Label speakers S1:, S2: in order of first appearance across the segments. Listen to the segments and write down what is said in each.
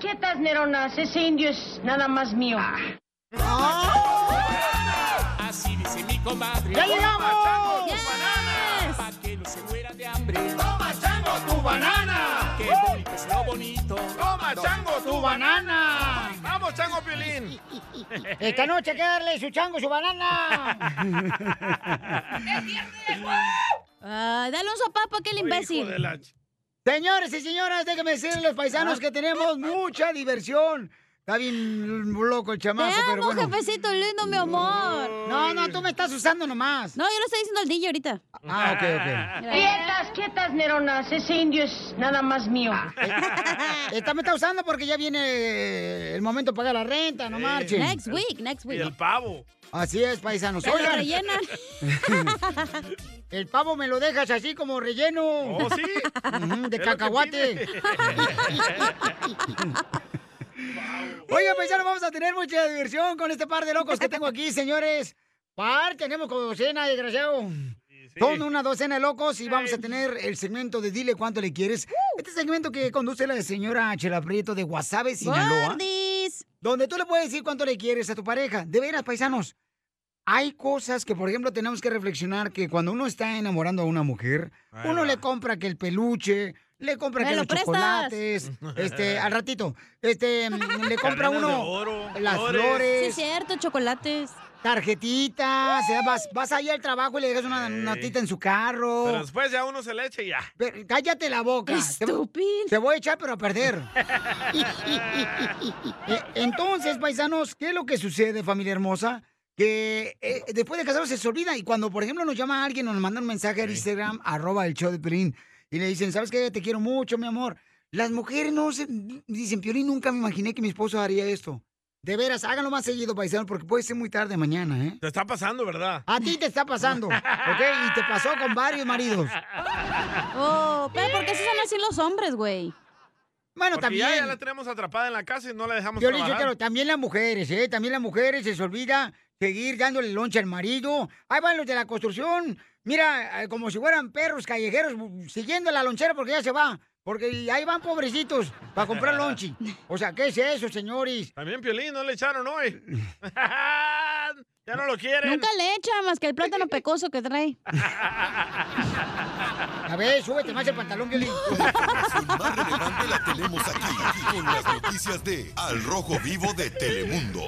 S1: quietas, Neronas. Ese indio es nada más mío.
S2: Ah.
S3: Así dice mi comadre.
S1: ¡Ya llegamos!
S3: Toma, chango,
S4: Yes.
S3: tu banana. Pa' que no se muera de hambre.
S2: Toma chango tu banana.
S3: Qué bonito es lo bonito.
S2: Toma chango tu banana. Vamos chango piolín.
S4: Esta noche hay que darle su chango, su banana.
S5: Ah, dale un sopapo a aquel imbécil.
S4: Señores y señoras, déjenme decirles, los paisanos, que tenemos mucha diversión. Está bien loco el
S5: Te
S4: chamaco, pero
S5: amo,
S4: bueno.
S5: jefecito lindo, mi amor.
S4: No, no, tú me estás usando nomás.
S5: No, yo lo estoy diciendo al DJ ahorita.
S4: Ah, ok,
S1: Quietas, quietas, Neronas. Ese indio es nada más mío.
S4: ok. Ah, eh, Esta me está usando porque ya viene el momento de pagar la renta, no marchen.
S5: Next week, next
S2: Y
S5: week.
S2: el pavo.
S4: Así es, paisanos.
S5: Pero lo
S4: Oigan,
S5: rellenan.
S4: el pavo me lo dejas así como relleno.
S2: ¿Oh, sí?
S4: Ujú, de
S2: Es lo que
S4: cacahuate.
S2: pide.
S4: Oiga, paisanos, vamos a tener mucha diversión con este par de locos que tengo aquí, señores. Par, tenemos como docena, desgraciado.
S2: sí.
S4: Son una docena de locos y vamos a tener el segmento de Dile Cuánto Le Quieres. Este segmento que conduce la señora Chela Prieto de Guasave, Sinaloa.
S5: Gordis.
S4: Donde tú le puedes decir cuánto le quieres a tu pareja. De veras, paisanos. Hay cosas que, por ejemplo, tenemos que reflexionar que cuando uno está enamorando a una mujer,
S2: Ahí
S4: uno
S2: va.
S4: le compra que el peluche, le compra
S5: Me
S4: que
S5: lo
S4: los
S5: prestas.
S4: chocolates, este, al ratito, este, mm, le compra
S2: Cadenas de
S4: uno
S2: oro,
S4: las
S2: flores.
S5: Sí,
S4: flores,
S5: es cierto, chocolates.
S4: tarjetitas, eh, vas, vas ahí al trabajo y le dejas una
S2: Ey.
S4: notita en su carro.
S2: Pero después ya uno se le echa y ya.
S4: Pero cállate la boca. Te-
S5: Estúpido.
S4: Te voy a echar, pero a perder. Eh, Entonces, paisanos, ¿qué es lo que sucede, familia hermosa? Que eh, después de casados se les olvida. Y cuando, por ejemplo, nos llama alguien o nos manda un mensaje al Instagram, arroba el show de Piolín, y le dicen, ¿sabes qué? Te quiero mucho, mi amor. Las mujeres no se... Dicen, Piolín, nunca me imaginé que mi esposo haría esto. De veras, háganlo más seguido, paisanos, porque puede ser muy tarde mañana, ¿eh?
S2: Te está pasando, ¿verdad?
S4: A ti te está pasando, ¿ok? Y te pasó con varios maridos.
S5: Oh, pero ¿por qué se son así los hombres, güey?
S4: Bueno,
S2: Porque
S4: también...
S2: ya, ya la tenemos atrapada en la casa y no la dejamos
S4: Yo le
S2: trabajar.
S4: claro, también las mujeres, ¿eh? También las mujeres se les olvida seguir dándole loncha al marido. Ahí van los de la construcción. Mira, eh, como si fueran perros callejeros bu- siguiendo la lonchera porque ya se va. Porque y ahí van pobrecitos para comprar lonchi. O sea, ¿qué es eso, señores?
S2: También Piolín no le echaron hoy. ya no lo quieren.
S5: Nunca le echa más que el plátano pecoso que trae.
S4: A ver, súbete más el pantalón, Violín.
S6: información más relevante la tenemos aquí, con las noticias de Al Rojo Vivo de Telemundo.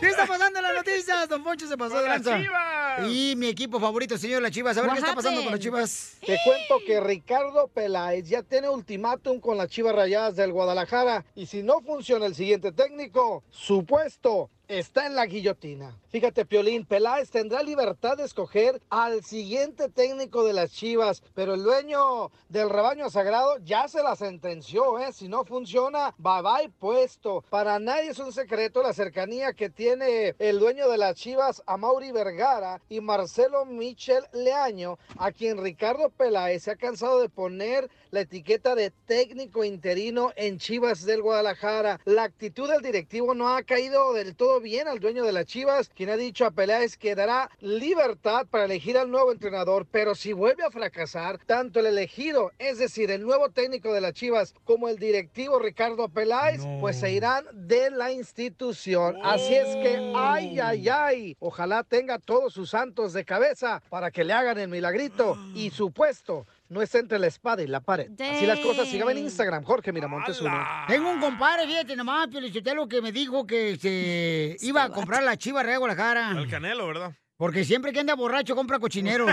S4: ¿Qué está pasando en las noticias? Don Poncho se pasó de
S2: las
S4: lanza.
S2: Chivas.
S4: Y mi equipo favorito, señor Las Chivas. A ver
S5: What
S4: qué está pasando con las
S5: happened?
S4: Chivas.
S7: Te cuento que Ricardo Peláez ya tiene ultimátum con las Chivas Rayadas del Guadalajara y si no funciona el siguiente técnico, su puesto está en la guillotina. Fíjate, Piolín, Peláez tendrá libertad de escoger al siguiente técnico de las Chivas, pero el dueño del rebaño sagrado ya se la sentenció, ¿eh? Si no funciona, bye bye puesto. Para nadie es un secreto la cercanía que tiene el dueño de las Chivas a Mauri Vergara y Marcelo Michel Leaño, a quien Ricardo Peláez se ha cansado de poner la etiqueta de técnico interino en Chivas del Guadalajara. La actitud del directivo no ha caído del todo bien al dueño de las Chivas, quien ha dicho a Peláez que dará libertad para elegir al nuevo entrenador, pero si vuelve a fracasar, tanto el elegido, es decir, el nuevo técnico de las Chivas, como el directivo Ricardo Peláez, pues se irán de la institución. Así es que, ay, ay, ay, ojalá tenga todos sus santos de cabeza para que le hagan el milagrito y su puesto no está entre la espada y la pared. Así las cosas, síganme en
S5: Dang.
S7: Instagram, Jorge Miramontes uno.
S2: ¡Hala!
S4: Tengo un compadre, fíjate nomás, Piolichotelo, que me dijo que se
S5: Este
S4: iba a comprar la Chivas Real Guadalajara.
S2: El canelo, ¿verdad?
S4: Porque siempre que anda borracho compra cochinero.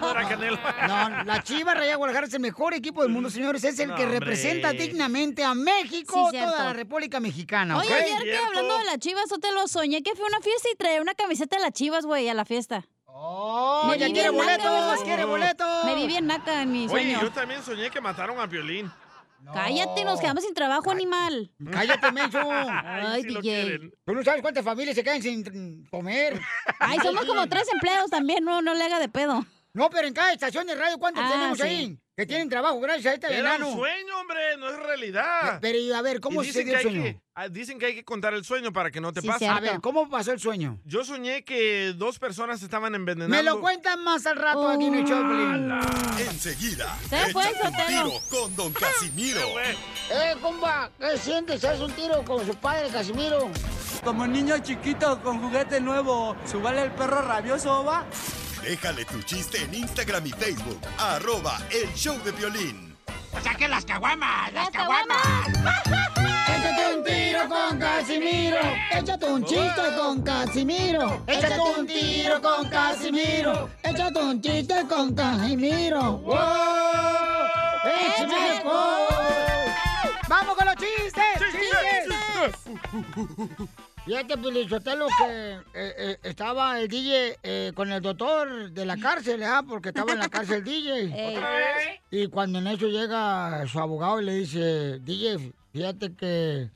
S2: No era canelo.
S4: No, la Chivas Rayadas de Guadalajara es el mejor equipo del
S5: Mm.
S4: mundo, señores. Es el
S2: No,
S4: que
S2: hombre.
S4: representa dignamente a México,
S5: Sí, cierto.
S4: toda la República Mexicana. ¿ok?
S5: Oye, ayer que
S2: cierto.
S5: hablando de las chivas, yo te lo soñé que fue una fiesta y traía una camiseta de las chivas, güey, a la fiesta.
S4: Oh,
S5: Me
S4: ya
S5: vi
S4: quiere
S5: bien naca,
S4: boletos,
S5: ¿verdad?
S4: quiere boletos.
S5: Me vi bien naca en mi
S2: Oye,
S5: sueño.
S2: yo también soñé que mataron a Piolín.
S4: No.
S5: Cállate, nos quedamos sin trabajo, animal.
S4: Cállate, menso.
S5: Ay,
S2: sí
S5: DJ.
S2: lo quieren.
S4: Tú no sabes cuántas familias se quedan sin comer.
S5: Ay, somos como tres empleados también, no, no le haga de pedo.
S8: No, pero en cada estación de radio, ¿cuántos
S5: Ah,
S8: tenemos
S5: sí.
S8: ahí? Que tienen trabajo, gracias a este
S2: Era
S8: verano.
S2: un sueño, hombre, no es realidad.
S8: Pero, y a ver, ¿cómo
S2: Y
S8: se
S2: dicen
S8: dio
S2: que
S8: el
S2: hay
S8: sueño?
S2: que- ah, dicen que hay que contar el sueño para que no te
S5: Sí,
S2: pase.
S8: A
S5: cierto.
S8: ver, ¿cómo pasó el sueño?
S2: Yo soñé que dos personas estaban envenenando.
S8: Me lo cuentan más al rato aquí en el show. de Piolín.
S6: Enseguida,
S5: Se fue,
S6: échate un
S5: Sotelo.
S6: tiro con Don Casimiro.
S2: Güey,
S4: ¡Eh, compa! ¿Qué sientes? ¿Haz un tiro con su padre, Casimiro?
S9: Como niño chiquito con juguete nuevo, subale el perro rabioso, va.
S6: Déjale tu chiste en Instagram y Facebook. Arroba el show de violín.
S5: ¡Las caguamas!
S4: Échate un tiro con Casimiro. Échate un chiste con Casimiro. Échate un tiro con Casimiro. Échate un chiste con Casimiro. ¡Wow! ¡Échame alcohol!
S8: ¡Vamos con los chistes! ¡Chistes!
S4: Fíjate, Pilichotelo, que eh, eh, estaba el DJ eh, con el doctor de la cárcel, ¿ah? Porque estaba en la cárcel el DJ.
S5: Ey,
S4: Y cuando en eso llega su abogado y le dice, DJ, fíjate que,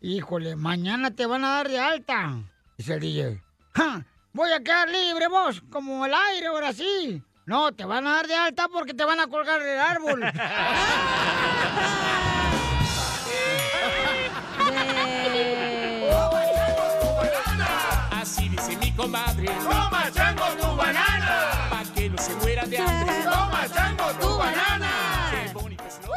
S4: híjole, mañana te van a dar de alta. Dice el DJ, "Ja, voy a quedar libre vos, como el aire ahora sí. No, te van a dar de alta porque te van a colgar del árbol.
S5: güey.
S3: Así dice mi comadre.
S2: ¡Toma, chango, tu banana!
S3: Pa' que no se muera de hambre.
S2: ¡Toma, chango, tu banana!
S3: Qué bonito es lo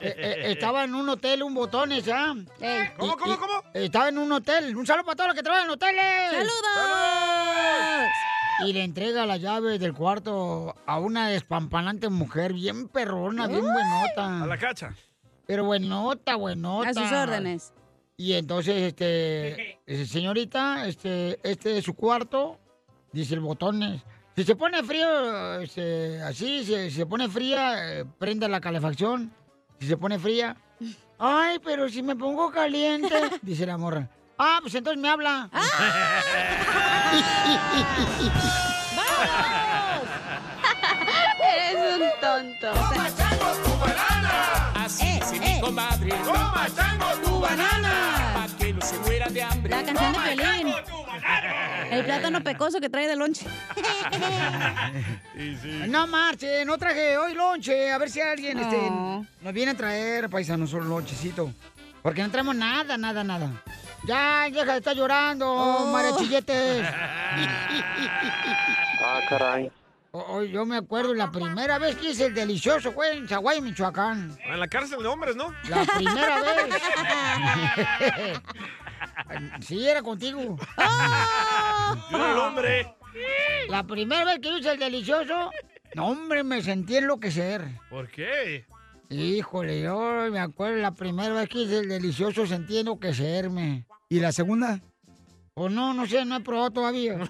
S4: Eh, eh, estaba en un hotel, un botones, ¿ah?
S5: Ey.
S2: Eh, ¿Cómo,
S4: Y-
S2: cómo,
S4: y-
S2: cómo?
S4: Estaba en un hotel. Un saludo para todos los que trabajan en hoteles.
S5: ¡Saludos!
S4: Y le entrega la llave del cuarto a una despampanante mujer, bien perrona, bien
S2: A la
S4: buenota.
S2: cacha.
S4: Pero buenota, buenota.
S5: A sus órdenes.
S4: Y entonces, este, dice, señorita, este, este es su cuarto, dice el botones. Si se pone frío, este, así, si se pone fría, eh, prenda la calefacción. Si se pone fría, ay, pero si me pongo caliente, dice la morra. Ah, pues entonces me habla.
S5: Eres un tonto. Eh,
S3: Así dice mi comadre.
S2: ¡Toma, chango, tu banana!
S3: Pa' que no se muera de hambre.
S5: La canción de Piolín. El plátano pecoso que trae de lonche.
S2: Sí, sí.
S4: No marche, no traje hoy lonche. A ver si alguien este,
S5: No.
S4: nos viene a traer, paisanos, un lonchecito. Porque no traemos nada, nada, nada. Ya, deja de estar llorando,
S2: Oh.
S4: marachilletes.
S10: Ah, caray.
S4: O- o- yo me acuerdo la primera vez que hice el delicioso fue en Chaguay, Michoacán.
S2: En la cárcel de hombres, ¿no?
S4: La primera vez. sí, era contigo.
S2: Yo era el hombre.
S4: La primera vez que hice el delicioso, no, hombre, me sentí enloquecer.
S2: ¿Por qué?
S4: Híjole, yo me acuerdo la primera vez que hice el delicioso sentiendo que serme.
S8: ¿Y la segunda?
S4: O Pues no, no sé, no he probado todavía.
S5: Toma,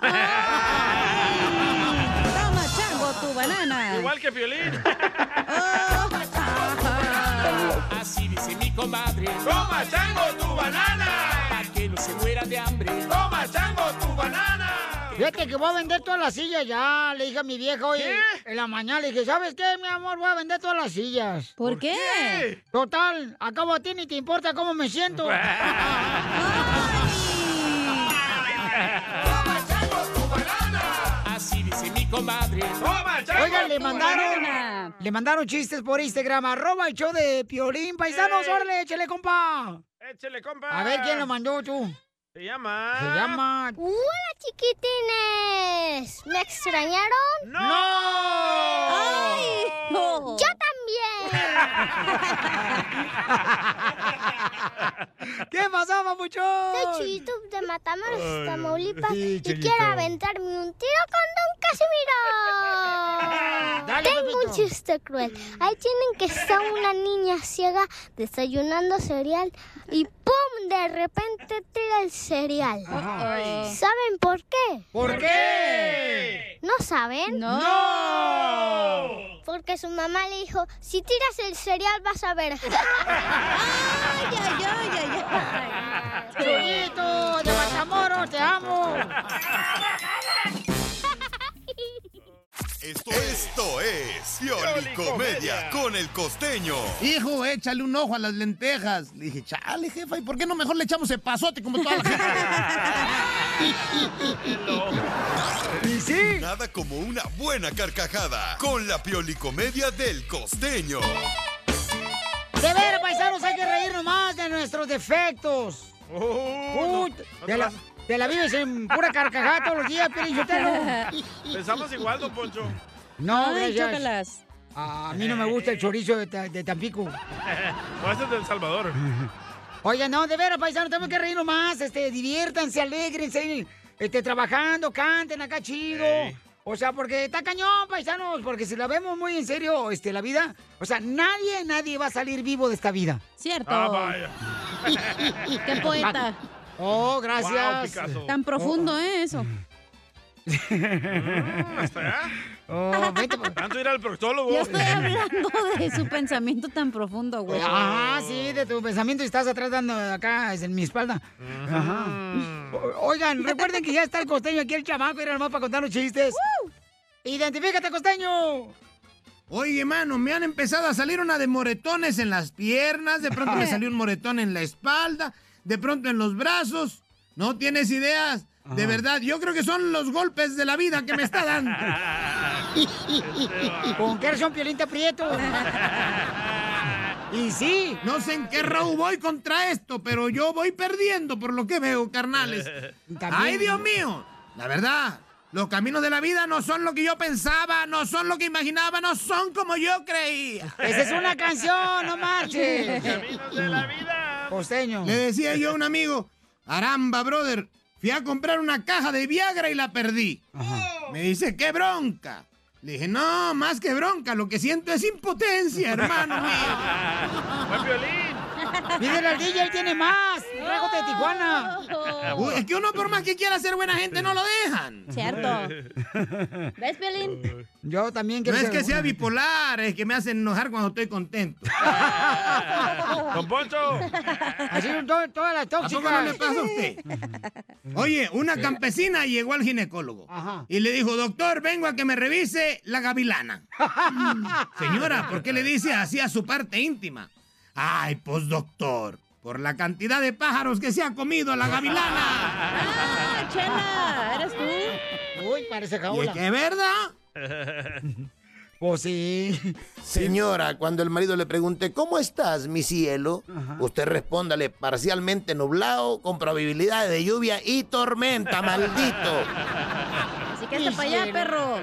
S5: chango, tu banana. Oh.
S2: Igual que Piolín.
S3: Así dice mi comadre.
S2: ¡Toma, chango, tu banana!
S3: Pa' que no se muera de hambre.
S2: ¡Toma, chango, tu banana!
S4: Fíjate que voy a vender todas las sillas ya, le dije a mi vieja hoy en la mañana. Le dije, ¿sabes qué, mi amor? Voy a vender todas las sillas.
S5: ¿Por qué?
S4: Total, acabo a ti ni te importa cómo me siento.
S3: Así dice mi comadre.
S2: ¡Toma, chango,
S4: Oigan, le
S2: tu
S4: mandaron.
S5: Banana.
S4: Le mandaron chistes por Instagram, arroba el show de Piolín, paisanos,
S2: Eh.
S4: órale, échale, compa.
S2: banana! ¡Échele, compa!
S4: A ver, ¿quién lo mandó tú?
S2: Se llama...
S4: Se llama...
S11: ¡Hola, chiquitines! ¿Me extrañaron?
S2: ¡No!
S5: ¡Ay! no.
S11: ¡Yo también!
S4: ¿Qué pasó,
S11: Soy
S4: papuchón?
S11: Chuyito de Matamoros, Tamaulipas,
S8: Sí,
S11: y
S8: Chuyito.
S11: quiero aventarme un tiro con Don Casimiro.
S4: Dale,
S11: Tengo
S4: Pepito.
S11: un chiste cruel. Ahí tienen que está una niña ciega desayunando cereal y ¡pum! De repente tira el cereal. ¿Saben por qué?
S4: ¿Por qué?
S11: ¿No saben? Porque su mamá le dijo, si tiras el cereal vas a ver.
S5: Ay, ay, ay, ay, ay.
S4: Chuyito de Matamoros, te amo.
S6: Esto, Esto es Pioli Comedia con el costeño.
S9: Hijo, échale un ojo a las lentejas. Le dije, chale, jefa, ¿y por qué no mejor le echamos el pasote como toda la gente?
S6: Nada como una buena carcajada con la piolicomedia del costeño.
S4: De ver, paisanos, hay que reírnos más de nuestros defectos.
S2: Oh,
S4: Uy,
S2: no, no
S4: te,
S2: te
S4: la,
S2: vas-
S4: te la vives en pura carcajada todos los días, Piolín Sotelo.
S2: Pensamos igual, don Poncho.
S4: No,
S2: Ay,
S4: gracias.
S2: chócalas.
S4: A mí no me gusta el chorizo de, Ta- de Tampico.
S2: O este es del Salvador.
S4: Oigan, no, de veras, paisanos, tenemos que reírnos más. Este, diviértanse, alegrense, este, trabajando, canten acá chido. O sea, porque está cañón, paisanos, porque si la vemos muy en serio, este, la vida, o sea, nadie, nadie va a salir vivo de esta vida.
S5: Cierto.
S4: Ah,
S5: vaya. Qué poeta.
S4: Oh, gracias.
S5: Wow, Picasso. Tan profundo, ¿eh? Eso.
S2: ¿Hasta allá?
S4: Oh,
S5: Tanto ir al proctólogo. Yo estoy hablando de su pensamiento tan profundo, güey.
S4: Ah, sí, de tu pensamiento y estás atrás dando acá es en mi espalda. Ajá. O- Oigan, recuerden que ya está el costeño aquí, el chamaco, era nomás para contar los chistes. ¡Identifícate, costeño!
S9: Oye, mano, me han empezado a salir una de moretones en las piernas, de pronto me salió un moretón en la espalda, de pronto en los brazos. No tienes ideas, de verdad. Yo creo que son los golpes de la vida que me está dando.
S4: Con que eres un piolita prieto. Y sí.
S9: No sé en qué row voy contra esto, pero yo voy perdiendo por lo que veo, carnales. ¡Ay, Dios mío! La verdad, los caminos de la vida no son lo que yo pensaba, no son lo que imaginaba, no son como yo creía.
S4: Esa es una canción, no marches. Los caminos
S9: de la vida.
S4: Costeño.
S9: Le decía yo a un amigo, caramba, brother, fui a comprar una caja de Viagra y la perdí. Me dice, qué bronca. Le dije, no, más que bronca, lo que siento es impotencia, hermano mío.
S2: Buen violín.
S4: Pídele al DJ, tiene más. Trágate de Tijuana.
S9: Uy, es que uno por más que quiera ser buena gente no lo dejan.
S5: ¿Ves,
S4: Oh.
S5: Pelín?
S4: Yo también
S9: No
S4: quiero
S9: es
S4: ser
S9: que
S4: buena
S9: sea
S4: gente.
S9: bipolar, es que me hacen enojar cuando estoy contento.
S2: Don Poncho.
S4: Así son to- todas las
S9: ¿A poco
S4: tóxicas.
S9: no le pasa a usted? Oye, una campesina llegó al ginecólogo y le dijo, doctor, vengo a que me revise la gavilana. Mm, Señora, ¿por qué le dice así a su parte íntima? Ay, pues doctor, por la cantidad de pájaros que se ha comido la gavilana.
S5: ¡Ah, Chela! ¿Eres tú?
S4: Uy, parece
S9: Y es que es verdad.
S4: Pues sí.
S12: Señora, cuando el marido le pregunte, ¿cómo estás, mi cielo? Usted respóndale, parcialmente nublado, con probabilidades de lluvia y tormenta, maldito.
S5: Así que hasta para allá, perro.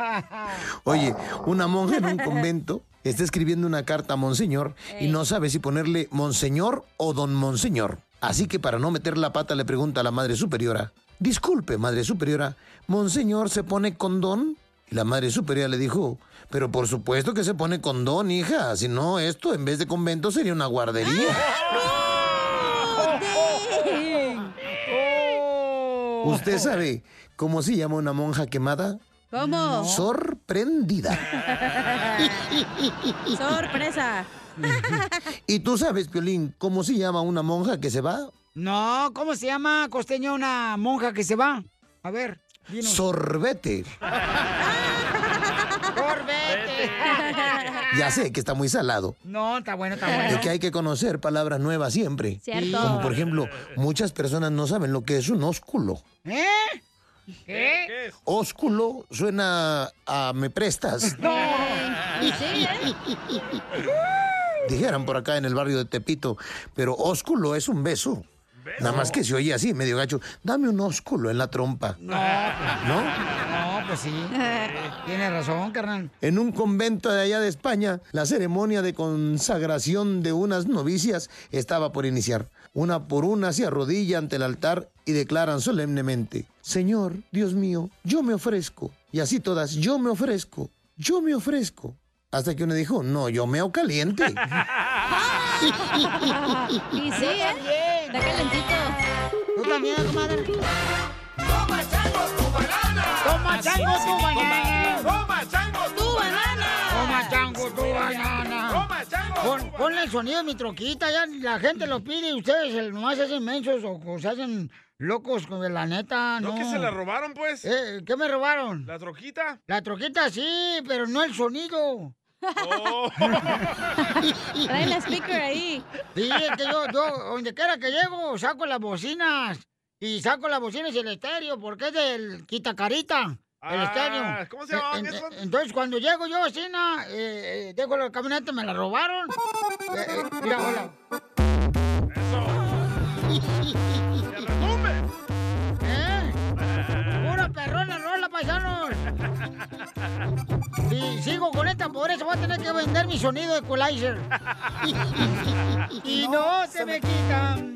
S12: Oye, una monja en un convento está escribiendo una carta a Monseñor y no sabe si ponerle Monseñor o Don Monseñor. Así que para no meter la pata le pregunta a la Madre Superiora, disculpe, Madre Superiora, ¿Monseñor se pone con Don? Y la Madre Superiora le dijo, pero por supuesto que se pone con Don, hija, si no, esto en vez de convento sería una guardería.
S4: Oh.
S12: ¿Usted sabe cómo se llama una monja quemada?
S5: ¿Cómo?
S12: Sorprendida.
S5: Sorpresa.
S12: ¿Y tú sabes, Piolín, cómo se llama una monja que se va?
S4: No, ¿cómo se llama, costeño, una monja que se va? A ver, dinos.
S12: Sorbete.
S4: Sorbete.
S12: Ya sé que está muy salado.
S4: No, está bueno, está
S12: Es
S4: bueno.
S12: que hay que conocer palabras nuevas siempre.
S4: Cierto.
S12: Como por ejemplo, muchas personas no saben lo que es un ósculo.
S4: ¿Eh? ¿Qué?
S12: Ósculo suena a me prestas.
S4: No.
S5: ¿eh?
S12: Dijeran por acá en el barrio de Tepito, pero ósculo es un beso. Nada más que se oye así, medio gacho. Dame un ósculo en la trompa.
S4: No, pues sí. Tienes razón, carnal.
S12: En un convento de allá de España, la ceremonia de consagración de unas novicias estaba por iniciar. Una por una se arrodilla ante el altar y declaran solemnemente, Señor, Dios mío, yo me ofrezco. Y así todas, yo me ofrezco, yo me ofrezco. Hasta que uno dijo, no, yo meo caliente.
S5: y sí, ¿eh? Está calentito.
S4: Tú también, comadre.
S5: Toma changos tu banana.
S4: Toma changos tu banana.
S5: Toma changos tu banana.
S4: Toma chango tu banana.
S5: Toma chango tu
S4: Pon- Ponle el sonido de mi troquita, ya la gente lo pide y ustedes eh, nomás se hacen mensos o, o se hacen locos con la neta,
S2: ¿No
S4: ¿no?
S2: que se la robaron, pues?
S4: Eh, ¿Qué me robaron?
S2: ¿La troquita?
S4: La troquita sí, pero no el sonido.
S2: Oh.
S5: Trae la speaker ahí.
S4: Sí, es que yo, yo, donde quiera que llego, saco las bocinas. y saco la bocina y es el estéreo, porque es del quitacarita. El
S2: Ah,
S4: estéreo.
S2: ¿cómo se llamaban esos?
S4: entonces, cuando llego yo, Sina, eh, eh, dejo la camioneta, me la robaron. Eh, eh, mira, hola. ¡Eso! ¿Eh? ¡Pura perrona rola, paisanos! Si sigo con esta pobreza, voy a tener que vender mi sonido equalizer. y no se me quitan.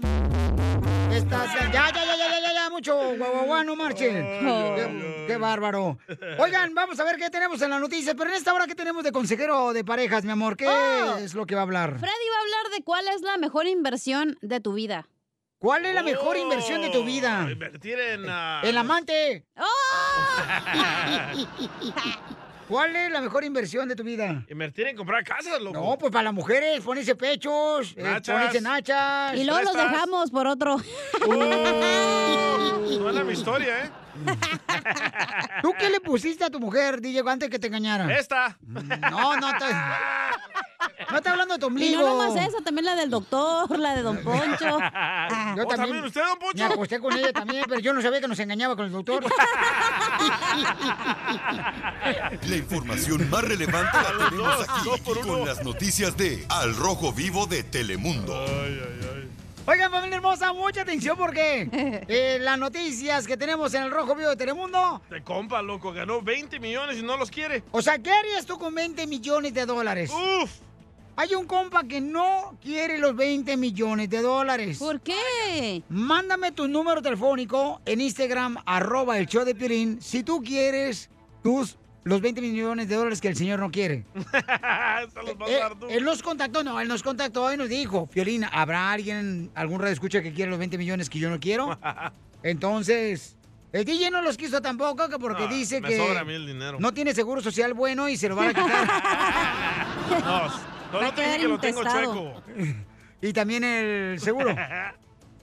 S4: Estas... Ya, ya, ya, ya, ya, ya, ya, mucho. Guau, guau, guau, no marchen. Qué, qué bárbaro. Oigan, vamos a ver qué tenemos en la noticia. Pero en esta hora, ¿qué tenemos de consejero de parejas, mi amor? ¿Qué es lo que va a hablar?
S5: Freddy va a hablar de cuál es la mejor inversión de tu vida.
S4: ¿Cuál es la mejor inversión de tu vida?
S2: Oh, Invertir en... ah,
S4: El amante. ¿Cuál es la mejor inversión de tu vida?
S2: Invertir en comprar casas, loco.
S4: No, pues para las mujeres, ponerse pechos, eh,
S2: Nachas. Uh,
S4: ponerse nachas.
S5: Y luego los dejamos por otro.
S2: Suena mi historia, ¿eh?
S4: ¿Tú qué le pusiste a tu mujer, DJ, antes que te engañara?
S2: Esta.
S4: No, no está. No está hablando de tu
S5: Y
S4: ombligo.
S5: no nomás esa, también la del doctor, la de Don Poncho.
S4: Yo Me acosté con ella también, pero yo no sabía que nos engañaba con el doctor.
S6: La información más relevante la tenemos aquí, aquí con las noticias de Al Rojo Vivo de Telemundo.
S4: Oigan, familia hermosa, mucha atención porque eh, las noticias que tenemos en el Rojo Vivo de Telemundo.
S2: Te compa, loco. Ganó 20 millones y no los quiere.
S4: O sea, ¿qué harías tú con 20 millones de dólares?
S2: ¡Uf!
S4: Hay un compa que no quiere los 20 millones de dólares.
S5: ¿Por qué?
S4: Mándame tu número telefónico en Instagram, arroba el show de Piolín, si tú quieres tus los 20 millones de dólares que el señor no quiere. Eh, él nos contactó, no, él nos contactó y nos dijo, Piolín, ¿habrá alguien, algún radio escucha que quiera los 20 millones que yo no quiero? Entonces, el DJ no los quiso tampoco que porque
S2: Ah,
S4: dice
S2: me
S4: que
S2: sobra a mí el dinero.
S4: no tiene seguro social bueno y se lo van a quitar.
S2: No, solo te dije que lo tengo chueco.
S4: y también el seguro.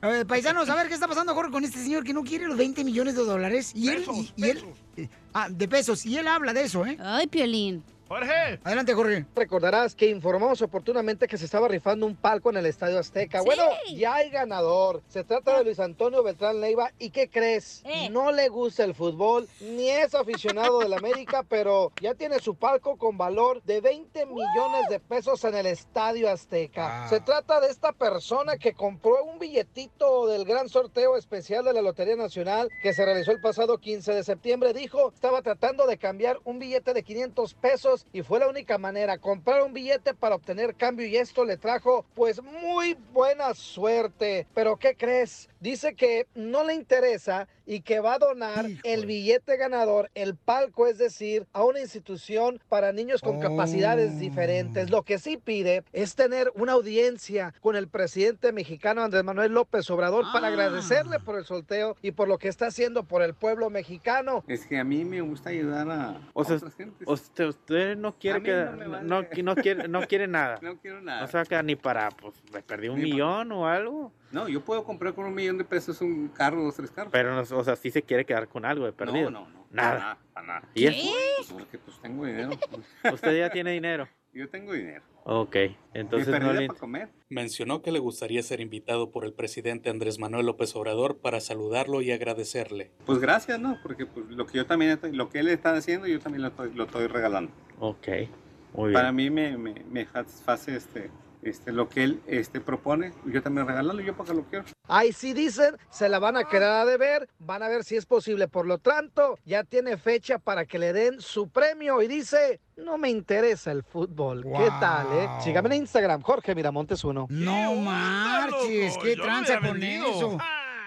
S4: A ver, paisanos, a ver qué está pasando, Jorge, con este señor que no quiere los 20 millones de dólares. Y él, y, y él, ah, de pesos, y él habla de eso, ¿eh?
S5: Ay, Piolín.
S2: Jorge.
S4: Adelante, Jorge.
S7: Recordarás que informamos oportunamente que se estaba rifando un palco en el Estadio Azteca. Bueno, ya hay ganador. Se trata de Luis Antonio Beltrán Leiva. ¿Y qué crees? No le gusta el fútbol, ni es aficionado del América, pero ya tiene su palco con valor de 20 millones de pesos en el Estadio Azteca. Se trata de esta persona que compró un billetito del gran sorteo especial de la Lotería Nacional que se realizó el pasado 15 de septiembre. Dijo, estaba tratando de cambiar un billete de 500 pesos y fue la única manera, comprar un billete para obtener cambio y esto le trajo pues muy buena suerte. Pero ¿qué crees? Dice que no le interesa y que va a donar el billete ganador, el palco, es decir, a una institución para niños con capacidades diferentes. Lo que sí pide es tener una audiencia con el presidente mexicano Andrés Manuel López Obrador para agradecerle por el sorteo y por lo que está haciendo por el pueblo mexicano.
S13: Es que a mí me gusta ayudar a,
S14: O sea,
S13: a otras gentes.
S14: Usted, usted no quiere
S13: mí
S14: que
S13: no me
S14: no,
S13: vale.
S14: no qui- no quiere no quiere nada.
S13: No quiero nada.
S14: No se va a quedar ni para pues me perdí un
S13: Ni pa-
S14: millón o algo.
S13: No, yo puedo comprar con un millón de pesos un carro, dos, tres carros.
S14: Pero no, o sea, sí se quiere quedar con algo de perdido.
S13: no, no, para
S14: Nada.
S13: nada, para nada.
S14: ¿Y eso?
S13: Pues porque pues tengo dinero.
S14: Usted ya tiene dinero.
S13: Yo tengo dinero.
S14: Ok, entonces
S13: Me
S14: no
S13: perdí
S14: le
S13: para comer.
S15: Mencionó que le gustaría ser invitado por el presidente Andrés Manuel López Obrador para saludarlo y agradecerle.
S13: Pues gracias, ¿no? Porque pues, lo que yo también, estoy- lo que él está haciendo, yo también lo estoy, lo estoy regalando.
S14: Ok, muy bien.
S13: Para mí me, me, me satisface este, este, lo que él este, propone. Yo también regalarlo, yo porque lo quiero.
S7: Ahí sí dicen, se la van a quedar a deber, van a ver si es posible. Por lo tanto, ya tiene fecha para que le den su premio y dice, no me interesa el fútbol. ¿Qué tal, eh? Sígame en Instagram, Jorge Miramontes 1.
S4: No marches, qué
S7: Yo no
S4: tranza
S7: hubiera
S4: con
S7: vendido.
S4: eso.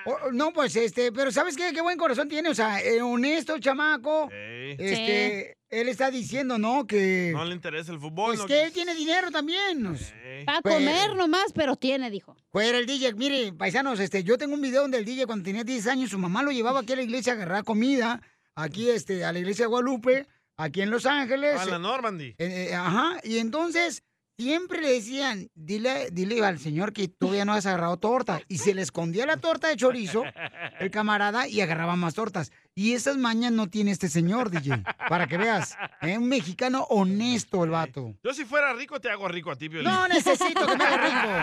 S4: O- no, pues este, pero ¿sabes qué? Qué buen corazón tiene, o sea, eh, honesto, chamaco. Este, él está diciendo, ¿no? Que.
S2: No le interesa el fútbol.
S4: Pues
S2: no
S4: que él tiene dinero también.
S5: Para comer nomás, pero tiene, dijo.
S4: Pues era el DJ, mire, paisanos, este, yo tengo un video donde el DJ cuando tenía 10 años, su mamá lo llevaba aquí a la iglesia a agarrar comida, aquí este, a la iglesia de Guadalupe, aquí en Los Ángeles.
S2: A la Normandy.
S4: Eh, eh, ajá, y entonces siempre le decían, dile, dile al señor que todavía no has agarrado torta. Y se le escondía la torta de chorizo, el camarada, y agarraba más tortas. Y esas mañas no tiene este señor, DJ. Para que veas, es un mexicano honesto el vato.
S2: Yo si fuera rico te hago rico a ti, Piolín.
S4: No necesito que me haga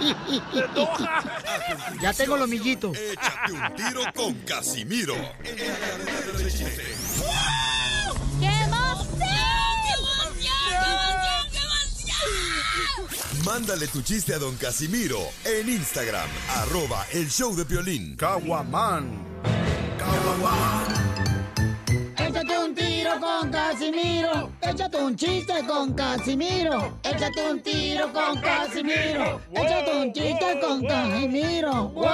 S4: rico. Ya tengo los millitos.
S6: Échate un tiro con Casimiro.
S5: ¡Qué emoción!
S6: Mándale tu chiste a don Casimiro en Instagram, arroba el show de Piolín. Caguaman.
S16: Échate un tiro con Casimiro. Échate un chiste con Casimiro. Échate un tiro con Casimiro. Échate un chiste con Casimiro. ¡Wow!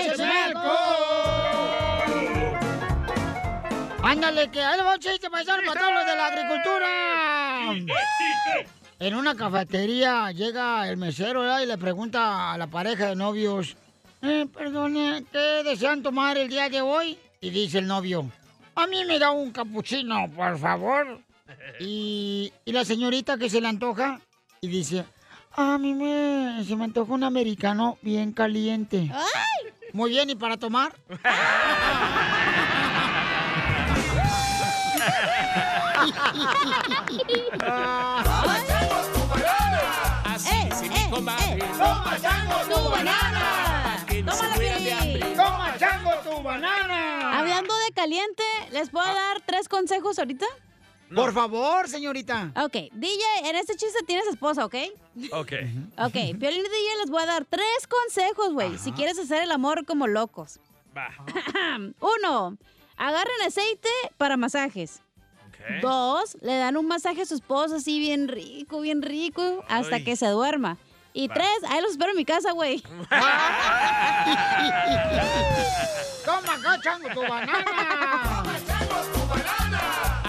S16: ¡Échame alcohol! Ándale, que ahí le va un chiste paisano para todos los de la agricultura. En una cafetería llega el mesero ¿verdad? y le pregunta a la pareja de novios, eh, perdone, ¿qué desean tomar el día de hoy? Y dice el novio, a mí me da un capuchino, por favor. Y, y la señorita que se le antoja y dice, a mí me, se me antoja un americano bien caliente.
S3: Ah.
S16: Muy bien, ¿y para tomar?
S3: Toma changos tu banana. Así dice mi comadre. Toma changos tu banana. Que no se muera de hambre.
S4: ¡Toma, chango, tu banana! Ah.
S5: Hablando de caliente, ¿les puedo dar tres consejos ahorita?
S4: Por favor, señorita.
S5: Ok, DJ, en este chiste tienes esposa, ¿ok?
S2: Ok.
S5: Ok, Violín y DJ les voy a dar tres consejos, güey, si quieres hacer el amor como locos.
S2: Va.
S5: Uno, agarren aceite para masajes.
S2: ¿Eh?
S5: Dos, le dan un masaje a su esposa así bien rico, bien rico, hasta
S2: Ay.
S5: que se duerma. Y
S2: Va.
S5: tres, ahí los espero en mi casa, güey.
S16: ¡Toma acá, chango, tu banana!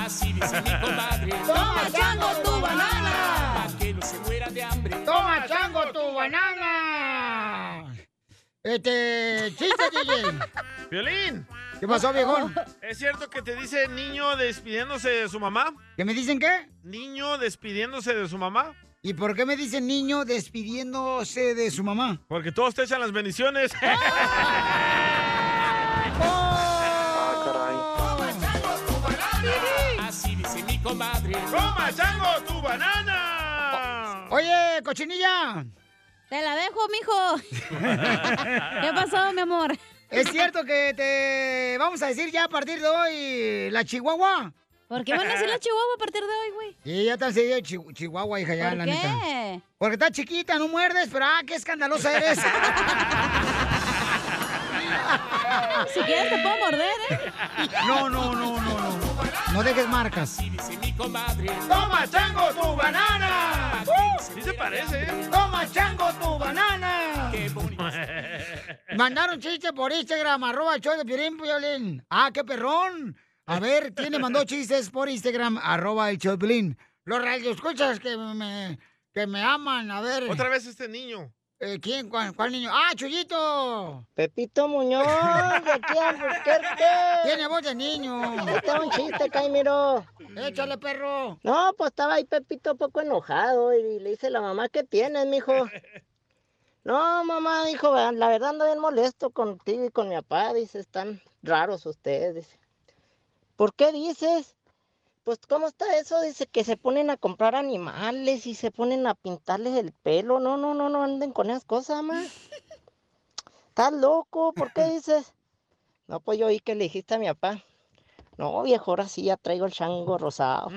S3: Así dice mi comadre.
S16: Toma, chango, tu banana.
S3: Pa' que no se muera de hambre.
S16: ¡Toma, chango, tu banana!
S4: Este, chiste, DJ.
S2: Violín.
S4: ¿Qué pasó, viejón?
S2: ¿Es cierto que te dice niño despidiéndose de su mamá?
S4: ¿Qué me dicen qué?
S2: Niño despidiéndose de su mamá.
S4: ¿Y por qué me dicen niño despidiéndose de su mamá?
S2: Porque todos te echan las bendiciones.
S3: Así dice mi comadre.
S2: ¡Toma, chango, tu banana!
S4: Oye, cochinilla.
S5: Te la dejo, mijo. ¿Qué pasó, mi amor?
S4: ¿Es cierto que te vamos a decir ya a partir de hoy la Chihuahua?
S5: ¿Por qué van a decir la Chihuahua a partir de hoy, güey?
S4: Sí, ya tan seguido Chi- Chihuahua, hija, ya,
S5: ¿Por
S4: la
S5: qué?
S4: neta. Porque está chiquita, no muerdes, pero ah, qué escandalosa eres.
S5: Si quieres te puedo morder, ¿eh?
S4: No, no, no, no, no. No dejes marcas.
S3: Dice mi comadre.
S4: ¡Toma, chango, tu banana!
S2: Sí se parece, ¿eh?
S4: ¡Toma, chango, tu banana! Mandaron chiste por Instagram, arroba el show de Piolín, Piolín. ¡Ah, qué perrón! A ver, ¿quién le mandó chistes por Instagram? Arroba el show de Piolín. Los radioescuchas que me, que me aman, a ver.
S2: Otra vez este niño.
S4: Eh, ¿Quién? ¿Cuál, cuál niño? ¡Ah, Chuyito!
S17: Pepito Muñoz, de aquí a buscarte.
S4: Tiene voz de niño.
S17: Ahí está un chiste, Caimiro.
S4: Échale, perro.
S17: No, pues estaba ahí Pepito un poco enojado y le dice la mamá, ¿qué tienes, mijo? No, mamá, dijo, la verdad ando bien molesto contigo y con mi papá, dice, están raros ustedes, dice. ¿Por qué dices? Pues, ¿cómo está eso? Dice que se ponen a comprar animales y se ponen a pintarles el pelo. No, no, no, no anden con esas cosas, mamá. Estás loco, ¿por qué dices? No, pues yo oí que le dijiste a mi papá. No, viejo, ahora sí ya traigo el chango rosado.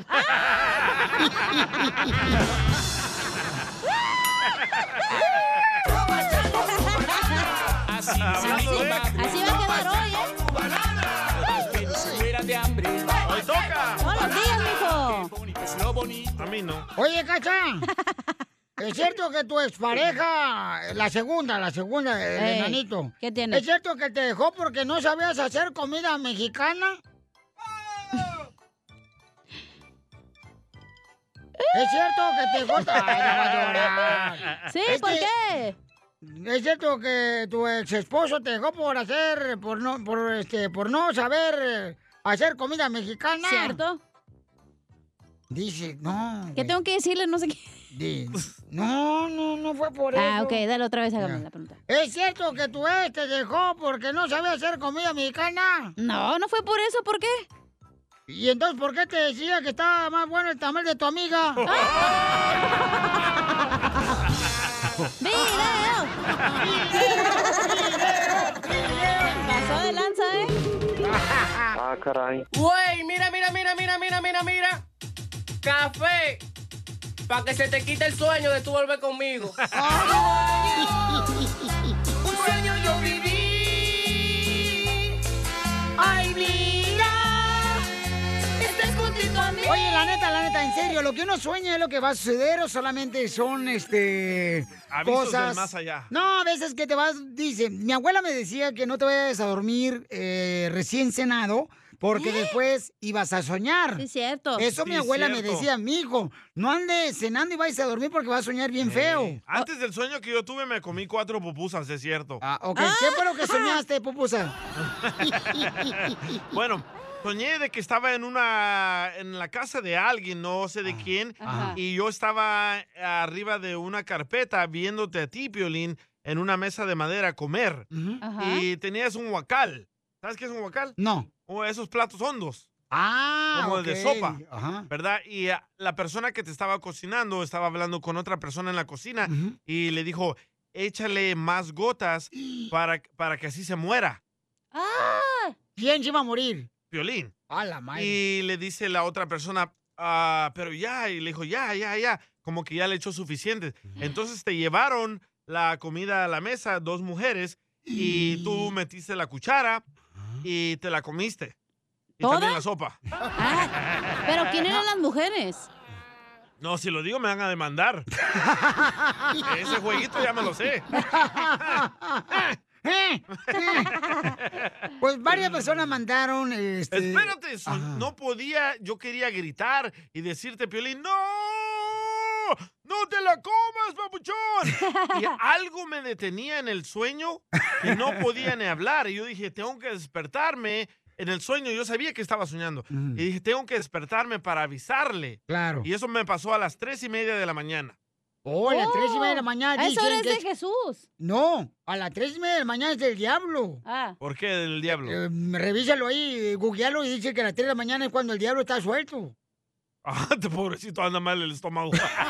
S3: Así dice mi comadre.
S5: Así va a quedar hoy, ¿eh?
S3: Pa' que no se muera de hambre.
S2: ¡Hoy toca!
S5: Todos los días, mijo.
S2: Es lo bonito. A mí no.
S4: Oye, Cacha. ¿Es cierto que tu expareja, la segunda, la segunda, el
S5: Ey,
S4: enanito?
S5: ¿qué tiene?
S4: ¿Es cierto que te dejó porque no sabías hacer comida mexicana? ¿Es cierto que te dejó? Ay, no va a llorar.
S5: Sí,
S4: Es
S5: ¿por
S4: que-
S5: qué?
S4: ¿Es cierto que tu ex esposo te dejó por hacer, por no, por este, por no saber eh, hacer comida mexicana?
S5: ¿Cierto?
S4: Dice, no.
S5: ¿Qué tengo que decirle? No sé qué.
S4: No, no, no fue por
S5: Ah,
S4: eso.
S5: ok, dale otra vez, hágame la pregunta.
S4: ¿Es cierto que tu ex te dejó porque no sabía hacer comida mexicana?
S5: No, no fue por eso, ¿por qué?
S4: ¿Y entonces por qué te decía que estaba más bueno el tamal de tu amiga?
S5: ¡Video! Pasó de lanza, ¿eh?
S14: Ah, caray.
S3: Güey, mira, mira, mira, mira, mira, mira, mira. Café. Para que se te quite el sueño de tú volver conmigo. Un sueño yo viví. Ay, mira. Este Estás juntito a mí.
S4: Oye, la neta, la neta, en serio, lo que uno sueña es lo que va a suceder o solamente son, este,
S2: Avisos
S4: cosas...
S2: del más allá.
S4: No, a veces que te vas, dice, mi abuela me decía que no te vayas a dormir eh, recién cenado porque después ibas a soñar.
S5: ¿Eh? Sí, cierto.
S4: Eso mi
S2: Sí,
S4: abuela me
S2: cierto.
S4: decía, mijo, no andes cenando y vayas a dormir porque vas a soñar bien feo.
S2: Eh, Antes del sueño que yo tuve me comí cuatro pupusas, es cierto.
S4: Ah, ok. ¿Qué fue lo que soñaste, pupusa?
S2: bueno, soñé de que estaba en una en la casa de alguien, no sé de quién,
S3: Ah, Ajá.
S2: y yo estaba arriba de una carpeta viéndote a ti, Piolín, en una mesa de madera comer.
S3: Ajá.
S2: Y tenías un huacal. ¿Sabes qué es un huacal?
S4: No.
S2: O esos platos hondos.
S4: Ah,
S2: Como de
S4: ok.
S2: sopa.
S4: Ajá.
S2: ¿Verdad? Y ah, la persona que te estaba cocinando estaba hablando con otra persona en la cocina y le dijo, échale más gotas para, para que así se muera.
S5: ¡Ah!
S4: ¿Quién se iba a morir?
S2: Violín.
S4: A la madre.
S2: Y le dice la otra persona, "Ah, pero ya, y le dijo, ya, ya, ya, como que ya le echó suficiente. Entonces te llevaron la comida a la mesa, dos mujeres, y tú metiste la cuchara y te la comiste. Y también
S5: ¿Toda?
S2: la sopa.
S5: Ah, Pero ¿quién eran las mujeres?
S2: No, si lo digo me van a demandar. Ese jueguito ya me lo sé.
S4: Eh, eh. Pues varias personas mandaron este.
S2: Espérate, so- no podía, yo quería gritar y decirte, Piolín, ¡no! ¡No te la comas, papuchón! Y algo me detenía en el sueño que no podía ni hablar. Y yo dije, tengo que despertarme. En el sueño yo sabía que estaba soñando. Y dije, tengo que despertarme para avisarle.
S4: Claro.
S2: Y eso me pasó a las tres y media de la mañana.
S4: Oh, a las tres y media de la mañana.
S5: Ah, eso
S4: dicen
S5: era
S4: que
S5: de Jesús.
S4: No, a las tres y media de la mañana es del diablo.
S5: Ah.
S2: ¿Por qué del diablo?
S4: Eh, Revísalo ahí, googlealo y dice que a las tres de la mañana es cuando el diablo está suelto.
S2: Ah, pobrecito, anda mal el estómago.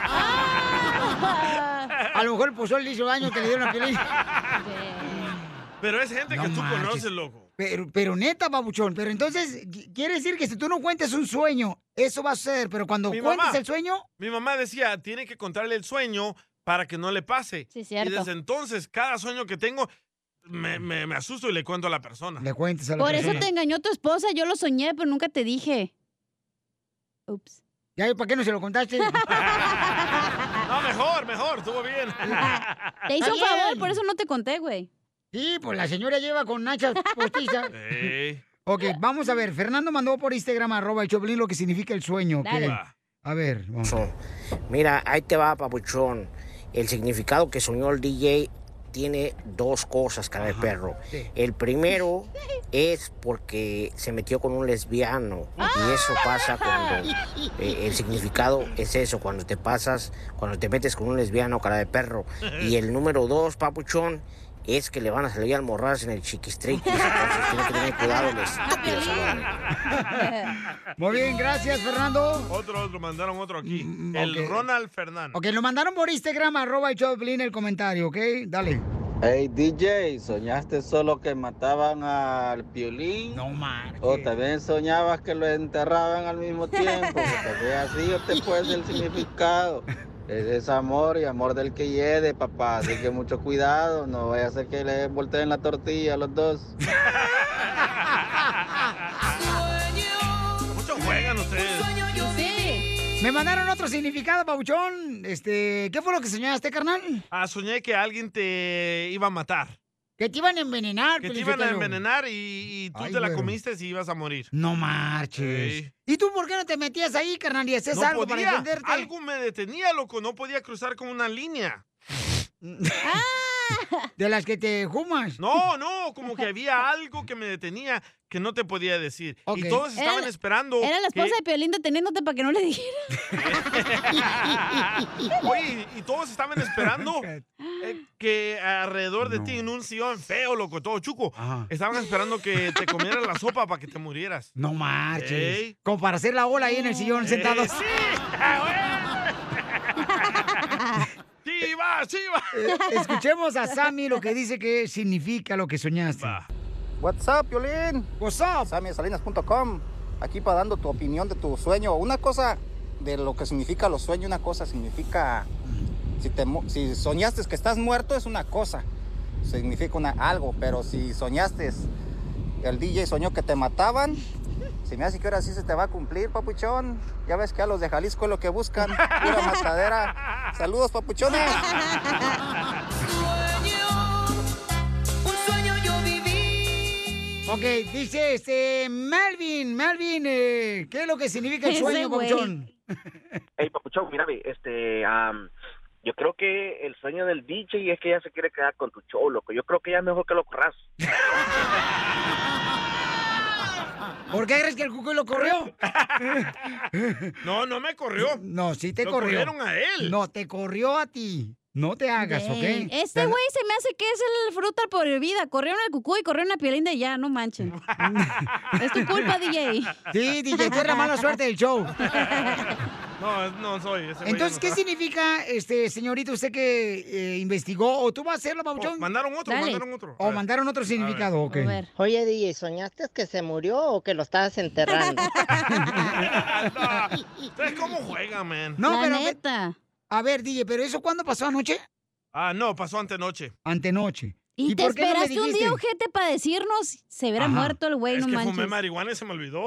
S4: A lo mejor el pozol le hizo daño que le dieron a Piolín.
S2: Pero es gente que tú
S4: marches.
S2: conoces, loco.
S4: Pero, pero neta, babuchón, pero entonces qui- quiere decir que si tú no cuentes un sueño, eso va a suceder, pero cuando
S2: Mi
S4: cuentes
S2: mamá.
S4: el sueño,
S2: Mi mamá decía, tiene que contarle el sueño para que no le pase.
S5: cierto.
S2: Y desde entonces, cada sueño que tengo, me, me- me asusto y le cuento a la persona.
S4: le cuentes a la
S5: Por eso
S4: persona.
S5: te engañó tu esposa, yo lo soñé, pero nunca te dije. Ups.
S4: ¿Ya para qué no se lo contaste?
S2: No, mejor, mejor, estuvo bien.
S5: Te hice un
S4: Está bien.
S5: favor, por eso no te conté, güey.
S4: Sí, pues la señora lleva con nachas postizas.
S2: Ey.
S4: Ok, vamos a ver. Fernando mandó por Instagram arroba el Choplin lo que significa el sueño.
S18: Dale.
S4: que- A ver, vamos.
S18: Mira, ahí te va, papuchón. El significado que soñó el DJ tiene dos cosas, cara de perro.
S3: sí.
S18: El primero es porque se metió con un lesbiano. Y eso pasa cuando. eh, el significado es eso, cuando te pasas, cuando te metes con un lesbiano, cara de perro. Y el número dos, papuchón. Es que le van a salir almorradas en el chiquistriquis, entonces tiene que tener cuidado los estúpidos ladrones.
S4: Muy bien, gracias, Fernando. Mm,
S2: Otro, otro, mandaron otro aquí. El Ronald Fernández.
S4: Ok, lo mandaron por Instagram arroba el Choplin el comentario, ¿ok? Dale.
S19: Hey DJ, ¿soñaste solo que mataban al piolín? No
S4: marches.
S19: O también soñabas que lo enterraban al mismo tiempo. Porque también así yo te puedes el significado. Es, es amor y amor del que lleve, papá. Así que mucho cuidado, no vaya a ser que le volteen la tortilla a los dos.
S2: Mucho juegan ustedes.
S4: Me mandaron otro significado, Pabuchón. Este, ¿qué fue lo que soñaste, carnal?
S2: Ah, soñé que alguien te iba a matar.
S4: Que te iban a envenenar, pues,
S2: Que te iban
S4: Pielinsotelo.
S2: a envenenar y, y tú
S4: Ay,
S2: te la
S4: güero.
S2: comiste y ibas a morir.
S4: No marches.
S2: Ey.
S4: ¿Y tú por qué no te metías ahí, carnal? Y hacías
S2: No
S4: algo
S2: podía.
S4: para defenderte.
S2: Algo me detenía, loco. No podía cruzar con una línea.
S4: ¿De las que te jumas?
S2: No, no, como que había algo que me detenía que no te podía decir.
S4: Ok.
S2: Y todos
S5: Era
S2: estaban
S5: la-
S2: esperando.
S5: Era la
S2: que-
S5: esposa de Piolín deteniéndote para que no le dijera.
S2: Ah, Oye, y todos estaban esperando eh, que alrededor de ti, en un sillón feo, loco, todo chuco, estaban esperando que te comieran la sopa para que te murieras.
S4: No marches.
S2: Ey.
S4: Como para hacer la ola ahí en el sillón
S2: Eh,
S4: sentados.
S2: sí. ¡Sí, va, sí, va!
S4: Eh, Escuchemos a Sammy lo que dice que significa lo que soñaste.
S20: What's up, Piolín? What's up? SammySalinas.com. Aquí para dando tu opinión de tu sueño. Una cosa de lo que significa los sueños, una cosa significa... Si, te mu- si soñaste que estás muerto es una cosa, significa una, algo, pero si soñaste, el DJ soñó que te mataban, se me hace que ahora sí se te va a cumplir, papuchón. Ya ves que a los de Jalisco es lo que buscan, pura matadera. Saludos, papuchones.
S3: Un sueño yo viví.
S4: Ok, dice este Melvin, Melvin, eh, ¿qué es lo que significa el
S21: Ese
S4: sueño,
S21: güey.
S4: Papuchón?
S21: Hey, Papuchón, mira, ve, este, am, yo creo que el sueño del DJ es que ella se quiere quedar con tu show, loco. Yo creo que ya es mejor que lo corras.
S4: ¿Por qué crees que el cuco lo corrió?
S2: No, no me corrió.
S4: No, sí te
S2: Lo
S4: corrió.
S2: corrieron a él.
S4: No, te corrió a ti. No te hagas,
S5: Ey,
S4: ¿ok?
S5: Este güey se me hace que es el fruta por vida. Corrieron al cucú y corrieron a Piolín de allá, no manchen. es tu culpa, DJ.
S4: Sí, DJ, tú eres la mala suerte del show.
S2: No, no soy ese güey
S4: Entonces,
S2: no
S4: ¿qué
S2: soy.
S4: significa, este, señorita, usted que eh, investigó? ¿O tú vas a hacerlo, Papuchón?
S2: Oh, mandaron otro, Dale. mandaron otro.
S4: O mandaron otro significado, ok.
S17: Oye, DJ, ¿soñaste que se murió o que lo estabas enterrando?
S2: ¿Ustedes cómo juegan, man?
S4: No, pero. a ver- A ver, DJ, ¿pero eso cuándo pasó anoche?
S2: Ah, no, pasó antenoche.
S4: Antenoche.
S5: Y, te
S4: por qué no me
S5: esperaste un
S4: dijiste?
S5: día, ojete, para decirnos se hubiera
S4: Ajá.
S5: muerto el güey,
S2: es
S5: no
S2: que
S5: manches. Ah,
S2: fumé marihuana y se me olvidó.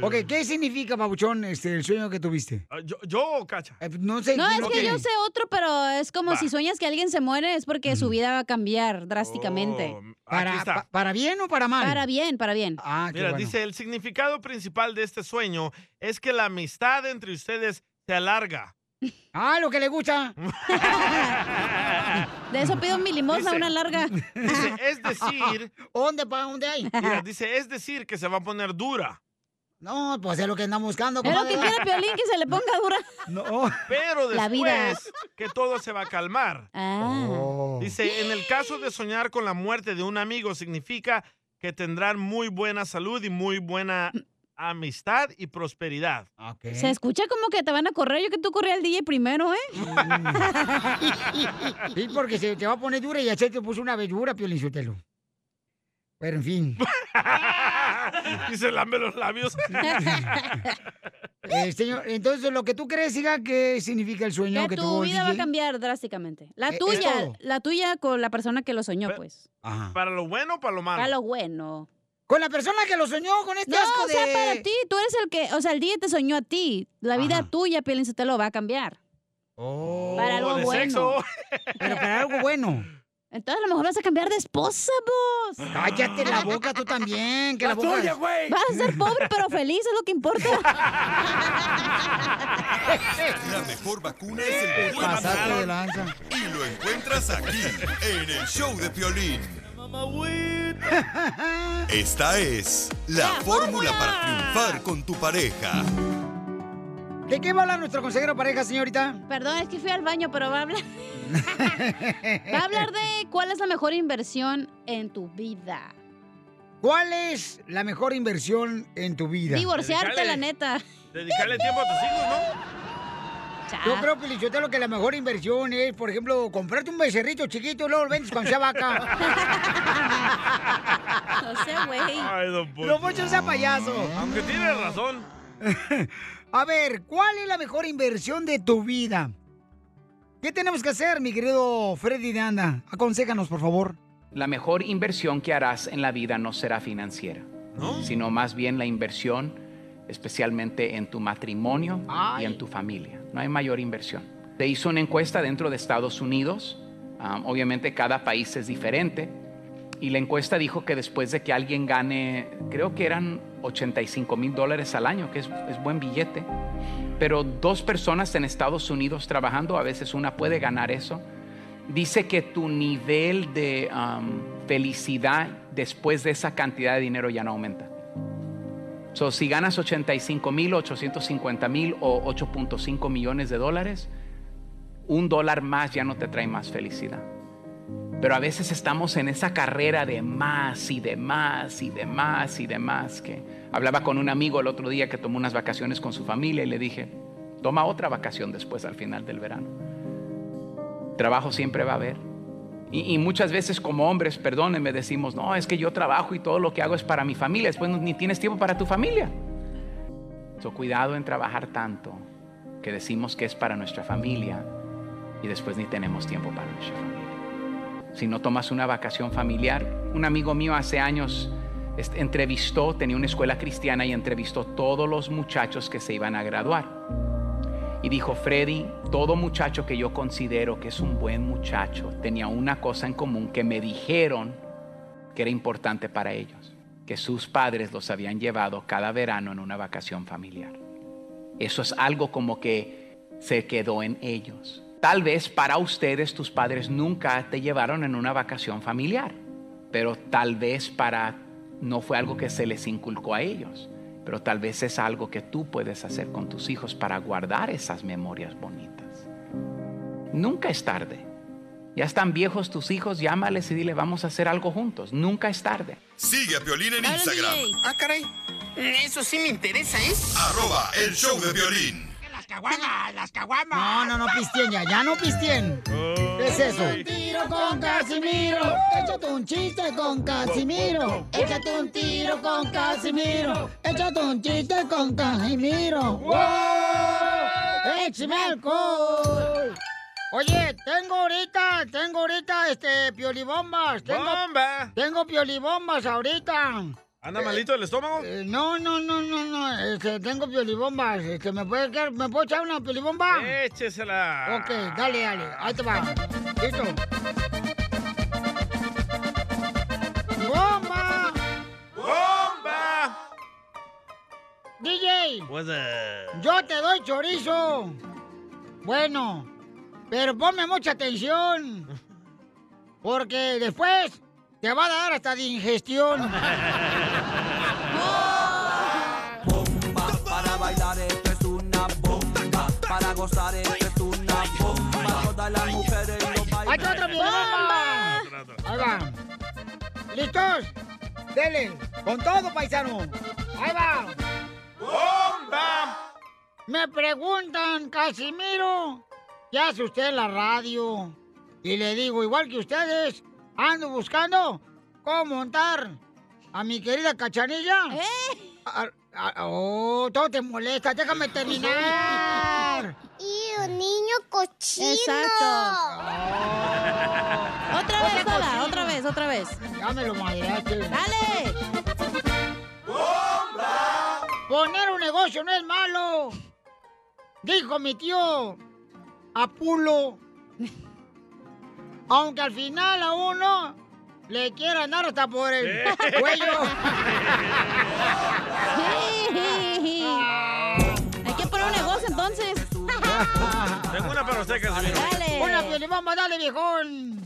S4: Ok, ¿qué significa, Papuchón, este, el sueño que tuviste?
S2: Ah,
S4: Eh,
S2: Yo, yo cacha.
S4: no sé.
S5: No, es
S4: dime
S5: que
S4: qué.
S5: yo sé otro, pero es como
S4: Va.
S5: si sueñas que alguien se muere, es porque
S2: Mm.
S5: su vida va a cambiar
S2: Oh,
S5: drásticamente.
S4: Para- está. pa- ¿para bien o para mal?
S5: Para bien, para bien.
S4: Ah,
S2: Mira, dice, el significado principal de este sueño es que la amistad entre ustedes se alarga.
S4: Ah, lo que le gusta.
S5: De eso pido mi limosna,
S2: Dice-
S5: una larga.
S2: Dice, es decir...
S4: ¿Dónde, pa, dónde hay?
S2: Mira, dice, es decir que se va a poner dura.
S4: No, pues es lo que andamos buscando.
S5: Es lo
S4: comadre.
S5: que quiere Piolín, que se le ponga dura.
S4: No.
S2: Pero
S5: La vida. Ah. Oh.
S2: después que todo se va a calmar. Dice, en el caso de soñar con la muerte de un amigo significa que tendrán muy buena salud y muy buena amistad y prosperidad.
S5: Mm. Se escucha como que te van a correr. Yo que tú corrí al DJ primero, ¿eh?
S4: Sí, porque se te va a poner dura y ayer te puso una vez dura, Piolín Sotelo. Pero en fin.
S2: y se lambe los labios.
S4: Eh, señor, entonces lo que tú crees, hija, ¿qué significa el sueño que,
S5: que tu
S4: tuvo el
S5: vida va a
S4: DJ?
S5: cambiar drásticamente. La
S4: Eh, es
S5: tuya,
S4: todo.
S5: la tuya con la persona que lo soñó, pues.
S2: ¿Para lo bueno o para lo malo?
S5: Para lo bueno.
S4: Con la persona que lo soñó, con este
S5: no,
S4: asco
S5: o sea,
S4: de-
S5: para ti, tú eres el que, o sea, el día te soñó a ti. La vida tuya, Piolín, se te lo va a cambiar.
S4: Oh,
S5: para algo
S4: de
S5: bueno.
S4: sexo. Pero para algo bueno.
S5: Entonces a lo mejor vas a cambiar de esposa, vos.
S4: Cállate la boca tú también, que la boca-
S5: Vas a ser pobre pero feliz, es lo que importa.
S6: La mejor vacuna es el buen
S4: Pasaste
S6: humor.
S4: de lanza.
S6: Y lo encuentras aquí, en el show de Piolín. Esta es la fórmula para triunfar con tu pareja.
S4: ¿De qué va a hablar nuestro consejero pareja, señorita?
S5: Perdón, es que fui al baño, pero va a hablar. va a hablar de cuál es la mejor inversión en tu vida.
S4: ¿Cuál es la mejor inversión en tu vida?
S5: Divorciarte, la neta.
S2: Dedicarle tiempo a tus hijos, ¿no?
S5: Ah.
S4: Yo creo, Pelichotelo, que la mejor inversión es, por ejemplo, comprarte un becerrito chiquito y luego lo vendes con sea vaca.
S5: No sé, güey.
S2: Ay, don Poncho.
S4: Lo mucho sea payaso.
S2: Aunque tienes razón.
S4: A ver, ¿cuál es la mejor inversión de tu vida? ¿Qué tenemos que hacer, mi querido Freddy de Anda? Aconséjanos, por favor.
S22: La mejor inversión que harás en la vida no será financiera, sino más bien la inversión especialmente en tu matrimonio y en tu familia. No hay mayor inversión. Se hizo una encuesta dentro de Estados Unidos, um, obviamente cada país es diferente, y la encuesta dijo que después de que alguien gane, creo que eran 85 mil dólares al año, que es, es buen billete, pero dos personas en Estados Unidos trabajando, a veces una puede ganar eso. Dice que tu nivel de um, felicidad después de esa cantidad de dinero ya no aumenta. So, si ganas 85 mil, 850 mil o 8.5 millones de dólares, un dólar más ya no te trae más felicidad. Pero a veces estamos en esa carrera de más y de más y de más y de más. Que hablaba con un amigo el otro día que tomó unas vacaciones con su familia y le dije, toma otra vacación después al final del verano. Trabajo siempre va a haber. Y, y muchas veces como hombres, perdónenme, decimos, no, es que yo trabajo y todo lo que hago es para mi familia. Después no- ni tienes tiempo para tu familia. So, cuidado en trabajar tanto que decimos que es para nuestra familia y después ni tenemos tiempo para nuestra familia si no tomas una vacación familiar. Un amigo mío hace años este, entrevistó, tenía una escuela cristiana y entrevistó todos los muchachos que se iban a graduar. Y dijo, Freddy, todo muchacho que yo considero que es un buen muchacho tenía una cosa en común que me dijeron que era importante para ellos, que sus padres los habían llevado cada verano en una vacación familiar. Eso es algo como que se quedó en ellos. Tal vez para ustedes tus padres nunca te llevaron en una vacación familiar, pero tal vez para no fue algo que se les inculcó a ellos, pero tal vez es algo que tú puedes hacer con tus hijos para guardar esas memorias bonitas. Nunca es tarde. Ya están viejos tus hijos, llámales y dile vamos a hacer algo juntos. Nunca es tarde.
S6: Sigue a Piolín en Instagram.
S3: Ah, caray. Eso sí me interesa, ¿eh? ¿es?
S6: Arroba el show de Piolín.
S3: Las caguamas, las caguamas.
S4: No, no, no pistien ya, ya no pistien. ¿Qué es eso?
S3: Un
S4: tiro con Casimiro. Échate un chiste con Casimiro. Échate un tiro con Casimiro. Échate un chiste con Casimiro. ¡Wow!
S5: ¡Eh,
S4: ¡Échame alcohol! Oye, tengo ahorita, tengo ahorita, este, piolibombas. Tengo,
S2: ¡Bomba!
S4: Tengo piolibombas ahorita.
S2: ¿Anda malito el estómago?
S4: Eh, no, no, no, no, no, este, tengo piolibombas. Este, ¿me, puede, quedar- ¿Me puedo echar una piolibomba?
S2: Échesela.
S4: Ok, dale, dale. Ahí te va. Listo. ¡Bomba!
S2: ¡Bomba!
S4: DJ,
S2: What's up?
S4: yo te doy chorizo. Bueno, pero ponme mucha atención. Porque después te va a dar hasta de ingestión.
S3: Para bailar esto es una bomba. Para gozar esto es una bomba. Todas las mujeres lo
S4: ¡Hay otro
S3: ¡Bomba!
S4: bomba! Ahí va. ¿Listos? Dele, con todo, paisano. Ahí va.
S2: ¡Bomba!
S4: Me preguntan, Casimiro, ¿qué hace usted en la radio? Y le digo, igual que ustedes, ando buscando cómo montar a mi querida cachanilla. ¿Eh? oh, todo te molesta, déjame terminar.
S11: Y un niño cochino.
S5: Otra vez, Dada, otra vez, otra vez.
S4: Dámelo, madreaste.
S5: ¡Dale!
S4: Poner un negocio no es malo. Dijo mi tío Apulo. Aunque al final a uno le quieran dar hasta por el cuello.
S5: Hay que poner un negocio entonces.
S2: Tengo una para usted, Casimiro.
S4: Hola, Piolibamba, dale, viejón.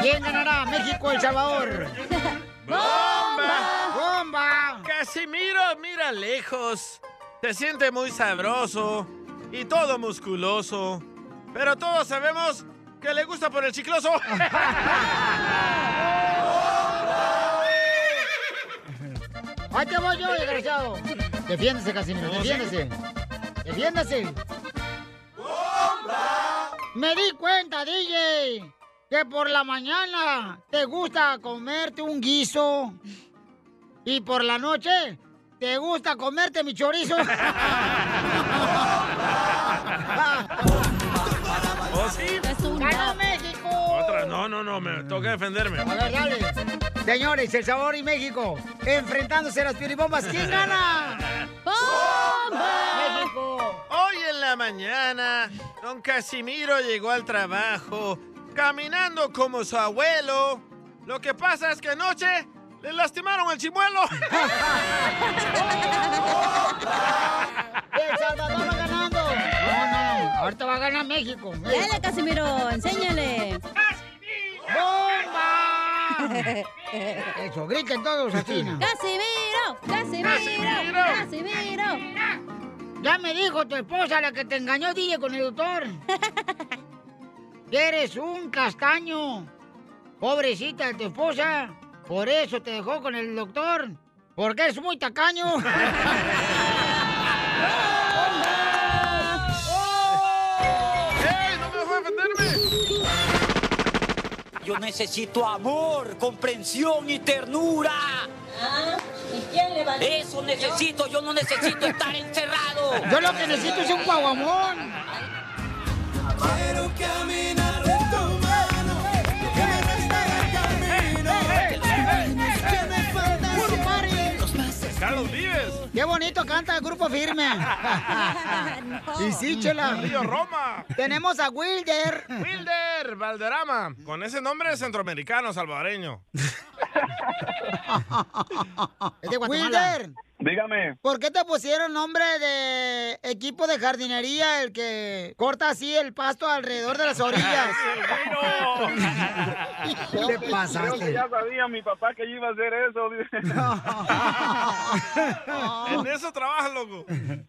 S4: ¿Quién ganará? ¿México o El Salvador?
S2: ¡Bomba!
S4: ¡Bomba!
S2: Casimiro mira lejos. Se siente muy sabroso y todo musculoso. Pero todos sabemos que le gusta por el chicloso.
S4: Ahí te voy yo, desgraciado. Defiéndese, Casimiro, defiéndese. Defiéndase. Me di cuenta, DJ, que por la mañana te gusta comerte un guiso y por la noche te gusta comerte mi chorizo. Oh,
S2: ¿O sí?
S4: ¡Ganó México!
S2: Otra, no, no, no, me toca defenderme.
S4: A ver, dale. Señores, El Sabor y México enfrentándose a las piolibombas. ¿Quién gana?
S2: ¡Bomba!
S4: ¡México!
S2: Hoy en la mañana, don Casimiro llegó al trabajo caminando como su abuelo. Lo que pasa es que anoche ¡Le lastimaron el chimuelo!
S4: ¡El Salvador va ganando! No, no, ahorita va a ganar México.
S5: Dale, Casimiro, enséñale.
S4: ¡Bomba! Eso, griten todos así. ¿no?
S5: ¡Casimiro! ¡Casimiro! ¡Casimiro!
S4: Ya me dijo tu esposa, la que te engañó, DJ, con el doctor. que eres un castaño. Pobrecita tu esposa. Por eso te dejó con el doctor. Porque eres muy tacaño.
S2: ¡Ey, no me vas a defenderme!
S23: Yo necesito amor, comprensión y ternura.
S24: ¿Ah? ¿Y quién le va a decir?
S23: Eso necesito, yo no necesito estar encerrado.
S4: Yo lo que necesito es un guaguamón.
S3: Quiero caminar de tu mano. Lo que me resta del camino. Que me falta siempre. Los más
S2: Carlos Vives.
S4: Qué bonito canta el grupo firme. Y sí, chela.
S2: Río Roma.
S4: Tenemos a Wilder.
S2: Wilder Valderrama. Con ese nombre es centroamericano, salvadoreño.
S4: Es de Guatemala. Wilder.
S25: Dígame.
S4: ¿Por qué te pusieron nombre de equipo de jardinería el que corta así el pasto alrededor de las orillas?
S25: Yo
S4: ¿Qué
S25: que- Creo que
S4: pasaste?
S25: ya sabía mi papá que yo iba a hacer eso.
S2: En eso trabajas, loco.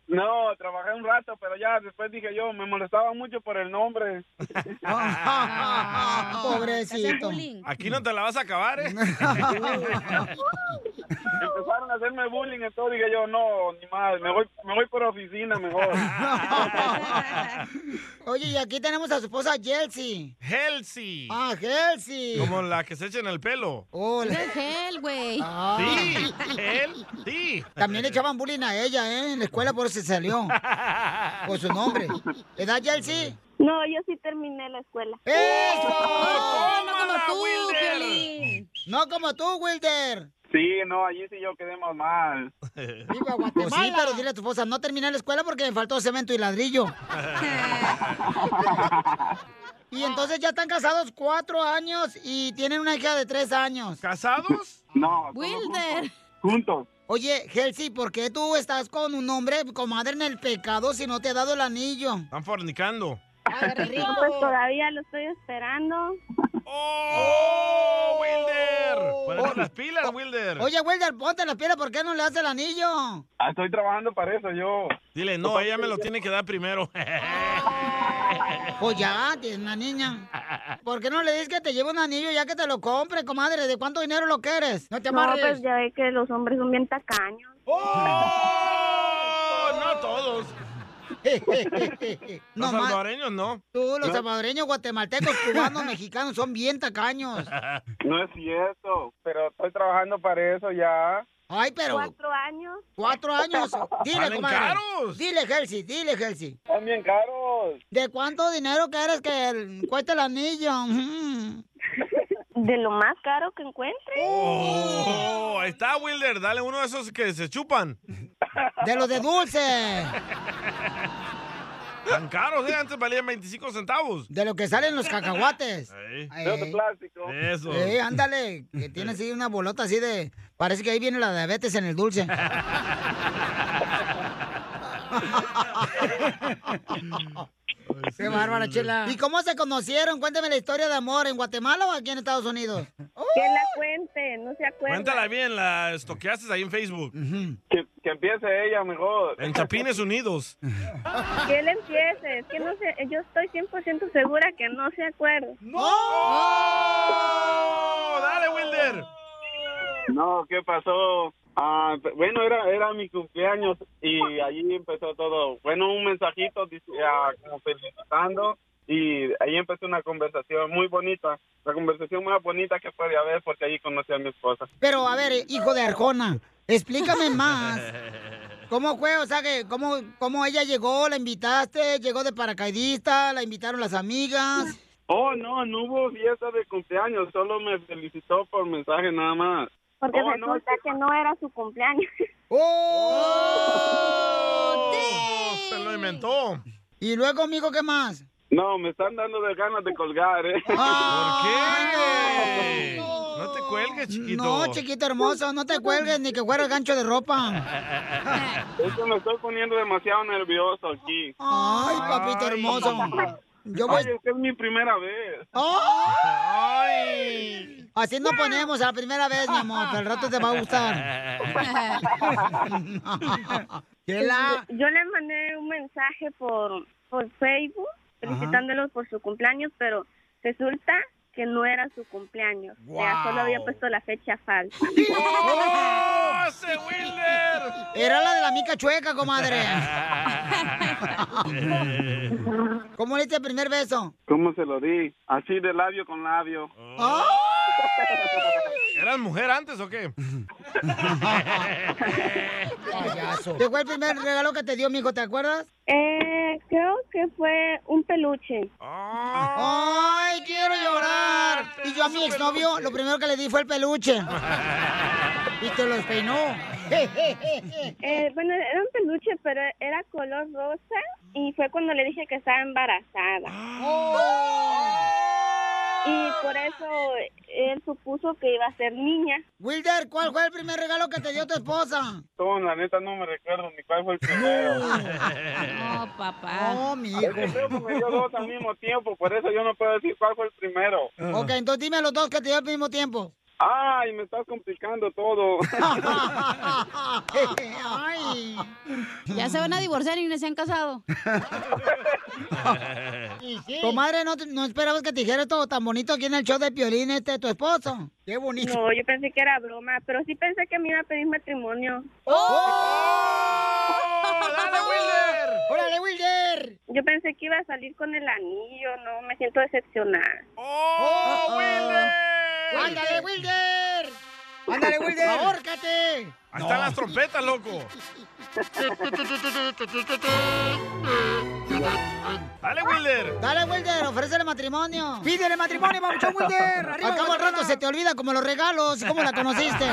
S25: No, trabajé un rato, pero ya después dije yo, me molestaba mucho por el nombre.
S4: Pobrecito.
S2: Aquí no te la vas a acabar, ¿eh?
S25: Empezaron a hacerme bullying, entonces dije yo, no, ni más, me voy, me voy por oficina mejor.
S4: Oye, y aquí tenemos a su esposa Jelsi.
S2: Healthy.
S4: Ah, Jelsi.
S2: Como la que se echa en el pelo.
S4: Hola.
S5: Es gel, güey.
S2: Sí, él, sí.
S4: Ah. También le echaban bullying a ella, ¿eh? En la escuela por eso se salió. Por su nombre. ¿Edad Jelsi?
S24: No, yo sí terminé la escuela.
S4: ¡Eso! Ah, No
S24: ¡Tómala,
S4: como tú,
S24: Wilder!
S4: Piolín. No como tú, Wilder.
S25: Sí, no, allí sí yo quedé más mal.
S4: Viva Guatemala. Pues sí, pero dile a tu esposa, no terminé la escuela porque me faltó cemento y ladrillo. Y entonces ya están casados cuatro años y tienen una hija de tres años.
S2: ¿Casados?
S25: No.
S4: Wilder.
S25: Juntos.
S4: Oye, Helsi, ¿por qué tú estás con un hombre, comadre, en el pecado si no te ha dado el anillo?
S2: Están fornicando.
S24: Pues todavía lo estoy esperando.
S2: ¡Oh, Wilder!
S4: Oh.
S2: Ponete las pilas, Wilder.
S4: Oye, Wilder, ponte la piedra, ¿por qué no le das el anillo?
S25: Ah, Estoy trabajando para eso yo.
S2: Dile, no, ella me lo tiene que dar primero.
S4: Pues ya, tienes una niña. ¿Por qué no le dices que te lleve un anillo ya que te lo compre, comadre? ¿De cuánto dinero lo quieres? No te
S24: No,
S4: amarres.
S24: pues ya ve que los hombres son bien tacaños.
S2: Oh, no todos. Los
S4: No más.
S2: salvadoreños no.
S4: Tú, los
S2: No.
S4: salvadoreños, guatemaltecos, cubanos, mexicanos, son bien tacaños.
S25: No es cierto, pero estoy trabajando para eso ya.
S4: Ay, pero...
S24: Cuatro años.
S4: Cuatro años. Dile,
S25: Salen
S4: comadre.
S25: caros.
S4: Dile, Helsi, dile, Helsi.
S25: También caros.
S4: ¿De cuánto dinero quieres que el- cueste el anillo? Mm.
S24: De lo más caro que encuentre.
S2: Oh, ahí está, Wilder. Dale uno de esos que se chupan.
S4: De los de dulce.
S2: Tan caros, ¿eh? Antes valían 25 centavos.
S4: De lo que salen los cacahuates.
S2: Ahí.
S4: Pero de
S25: plástico.
S2: Eso.
S4: Eh, ándale, que tiene así una bolota así de... Parece que ahí viene la diabetes en el dulce. Qué bárbara, chela. ¿Y cómo se conocieron? Cuénteme la historia de amor en Guatemala o aquí en Estados Unidos.
S24: Oh. Que la cuente, no se acuerda.
S2: Cuéntala bien, la estoqueaste ahí en Facebook.
S25: Que, que empiece ella mejor.
S2: En Chapines Unidos.
S24: Que él empiece. Es que no sé, yo estoy 100% segura que no se acuerda.
S2: ¡No! Oh, ¡Dale, Wilder!
S25: No, ¿qué pasó? Ah, p- bueno, era era mi cumpleaños y allí empezó todo. Bueno, un mensajito dice, ah, como felicitando y ahí empezó una conversación muy bonita. La conversación más bonita que puede haber porque ahí conocí a mi esposa.
S4: Pero, a ver, hijo de Arjona, explícame más. ¿Cómo fue? O sea, que ¿cómo, cómo ella llegó? ¿La invitaste? ¿Llegó de paracaidista? ¿La invitaron las amigas?
S25: Oh, no, no hubo fiesta de cumpleaños, solo me felicitó por mensaje nada más.
S24: Porque
S25: Oh, no,
S24: resulta que no era su cumpleaños.
S4: ¡Oh!
S2: Oh, se lo inventó.
S4: Y luego, amigo, ¿qué más?
S25: No, me están dando de ganas de colgar, ¿eh?
S4: ¿Por
S2: qué? No te cuelgues, chiquito.
S4: Ah. No, chiquito hermoso, no te cuelgues ni que fuera gancho de ropa.
S25: Es que me estoy poniendo demasiado nervioso aquí.
S4: Ay, papito hermoso. Yo voy-
S25: Ay, es que es mi primera vez.
S4: ¡Ay! ¡Oh! Así no ponemos a la primera vez, mi amor, pero el rato te va a gustar. Chela.
S24: Este, Yo le mandé un mensaje por, por Facebook
S4: Ajá.
S24: felicitándolos por su cumpleaños, pero resulta que no era su cumpleaños. O sea, solo había puesto la fecha falsa.
S4: Era la de la mica chueca, comadre. ¿Cómo le diste el primer beso?
S25: ¿Cómo se lo di? Así de labio con labio.
S2: ¿Eras mujer antes o qué?
S4: Payaso. ¿Qué fue el primer regalo que te dio, mijo? ¿Te acuerdas?
S24: Eh, creo que fue un peluche.
S4: ¡Ay, quiero llorar! Y yo a mi exnovio, lo primero que le di fue el peluche. Y te lo despeinó.
S24: Eh, bueno, era un peluche, pero era color rosa y fue cuando le dije que estaba embarazada.
S4: Ah.
S24: Y por eso él supuso que iba a ser niña.
S4: Wilder, ¿cuál fue el primer regalo que te dio tu esposa?
S25: Todo, la neta, no me recuerdo ni cuál fue el primero.
S5: No, papá.
S4: No, mi hijo.
S25: Es que creo que me dio dos al mismo tiempo, por eso yo no puedo decir cuál fue el primero.
S4: Ok, entonces dime los dos que te dio al mismo tiempo.
S25: Ay, me estás complicando todo.
S4: Ay.
S5: Ya se van a divorciar y no se han casado.
S4: Comadre, ¿no, te- no esperabas que te dijera todo tan bonito aquí en el show de Piolín este tu esposo. Qué bonito.
S24: No, yo pensé que era broma, pero sí pensé que me iba a pedir matrimonio.
S2: ¡Oh! ¡Dale, Wilder!
S4: ¡Órale, Wilder!
S24: Yo pensé que iba a salir con el anillo, no, me siento decepcionada.
S2: ¡Oh, Wilder!
S4: ¡Ándale, Wilder! ¡Ándale, Wilder! ¡Ahórcate!
S2: Ahí están las trompetas, loco. Dale, Wilder.
S4: Dale, Wilder, ofrécele matrimonio. Pídele matrimonio, vamos, Wilder. Al cabo al rato se te olvida como los regalos y cómo la conociste.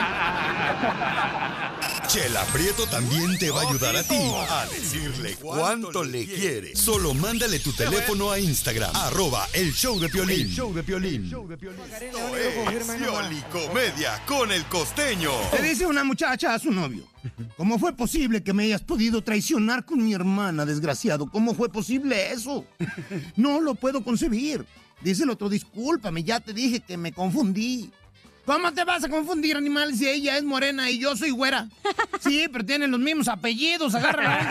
S6: Chela Prieto también te va a ayudar a ti a decirle cuánto le quiere. Solo mándale tu teléfono a Instagram, arroba el show de Piolín.
S9: El
S6: show de Piolín. Comedia con el costeño.
S9: Le dice una muchacha a su novio. ¿Cómo fue posible que me hayas podido traicionar con mi hermana, desgraciado? ¿Cómo fue posible eso? No lo puedo concebir. Dice el otro, discúlpame, ya te dije que me confundí. ¿Cómo te vas a confundir, animal, si ella es morena y yo soy güera? Sí, pero tienen los mismos apellidos, agarra la onda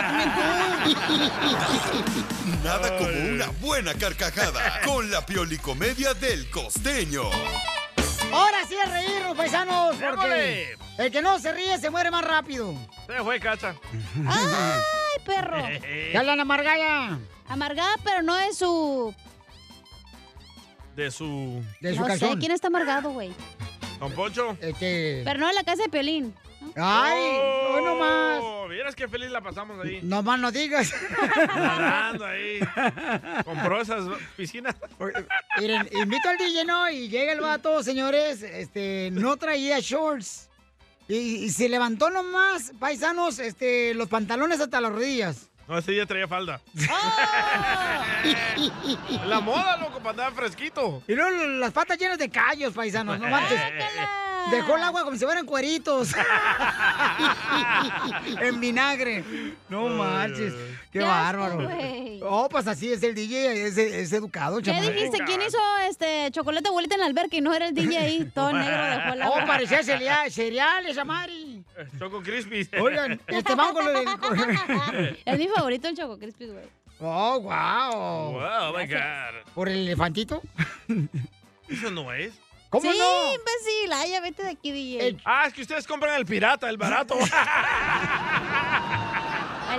S9: también tú.
S6: Nada como una buena carcajada con la piolicomedia del costeño.
S4: Ahora sí a reírnos, paisanos, porque
S6: Démosle.
S4: el que no se ríe se muere más rápido.
S2: Se fue, cacha.
S5: ¡Ay, perro!
S2: Eh.
S4: ¡Ya la amargada!
S5: Amargada, pero no es su...
S2: De su.
S5: no sé, ¿quién está amargado, güey?
S2: Don Poncho.
S4: Este.
S5: Pero no de la casa de Piolín. ¿no?
S2: Oh,
S4: no más.
S2: Vieras qué feliz la pasamos ahí.
S4: No más no digas.
S2: Nadando ahí. Compró esas piscinas.
S4: Miren, invito al DJ, ¿no? Y llega el vato, señores, este, no traía shorts. Y, y se levantó nomás, paisanos, este, los pantalones hasta las rodillas.
S2: No, ese día traía falda. la moda, loco, para andar fresquito.
S4: Y luego las patas llenas de callos, paisanos, no manches. Dejó el agua como si fueran cueritos. en vinagre. No
S16: Ay,
S4: manches.
S16: ay, ay.
S4: Qué
S5: Qué asco,
S4: bárbaro.
S5: güey.
S4: Oh, pues así es el DJ, es, es educado,
S5: Ya
S4: chaval.
S5: dijiste, ¿quién hizo este chocolate abuelita en la alberca y no era el DJ ahí? Todo negro dejó la...
S4: Oh, parecía cereal, cereales, Amari.
S2: Choco Crispy.
S4: Oigan, este vamos con lo del...
S5: Es mi favorito el Choco Crispis, güey.
S4: Oh, wow.
S2: Wow, oh my God.
S4: ¿Por el elefantito?
S2: ¿Eso no es?
S4: ¿Cómo
S5: sí,
S4: no?
S5: imbécil. Ay, ya vete de aquí,
S4: Eh.
S5: DJ. El,
S2: Ah, es que ustedes compran el pirata, el barato.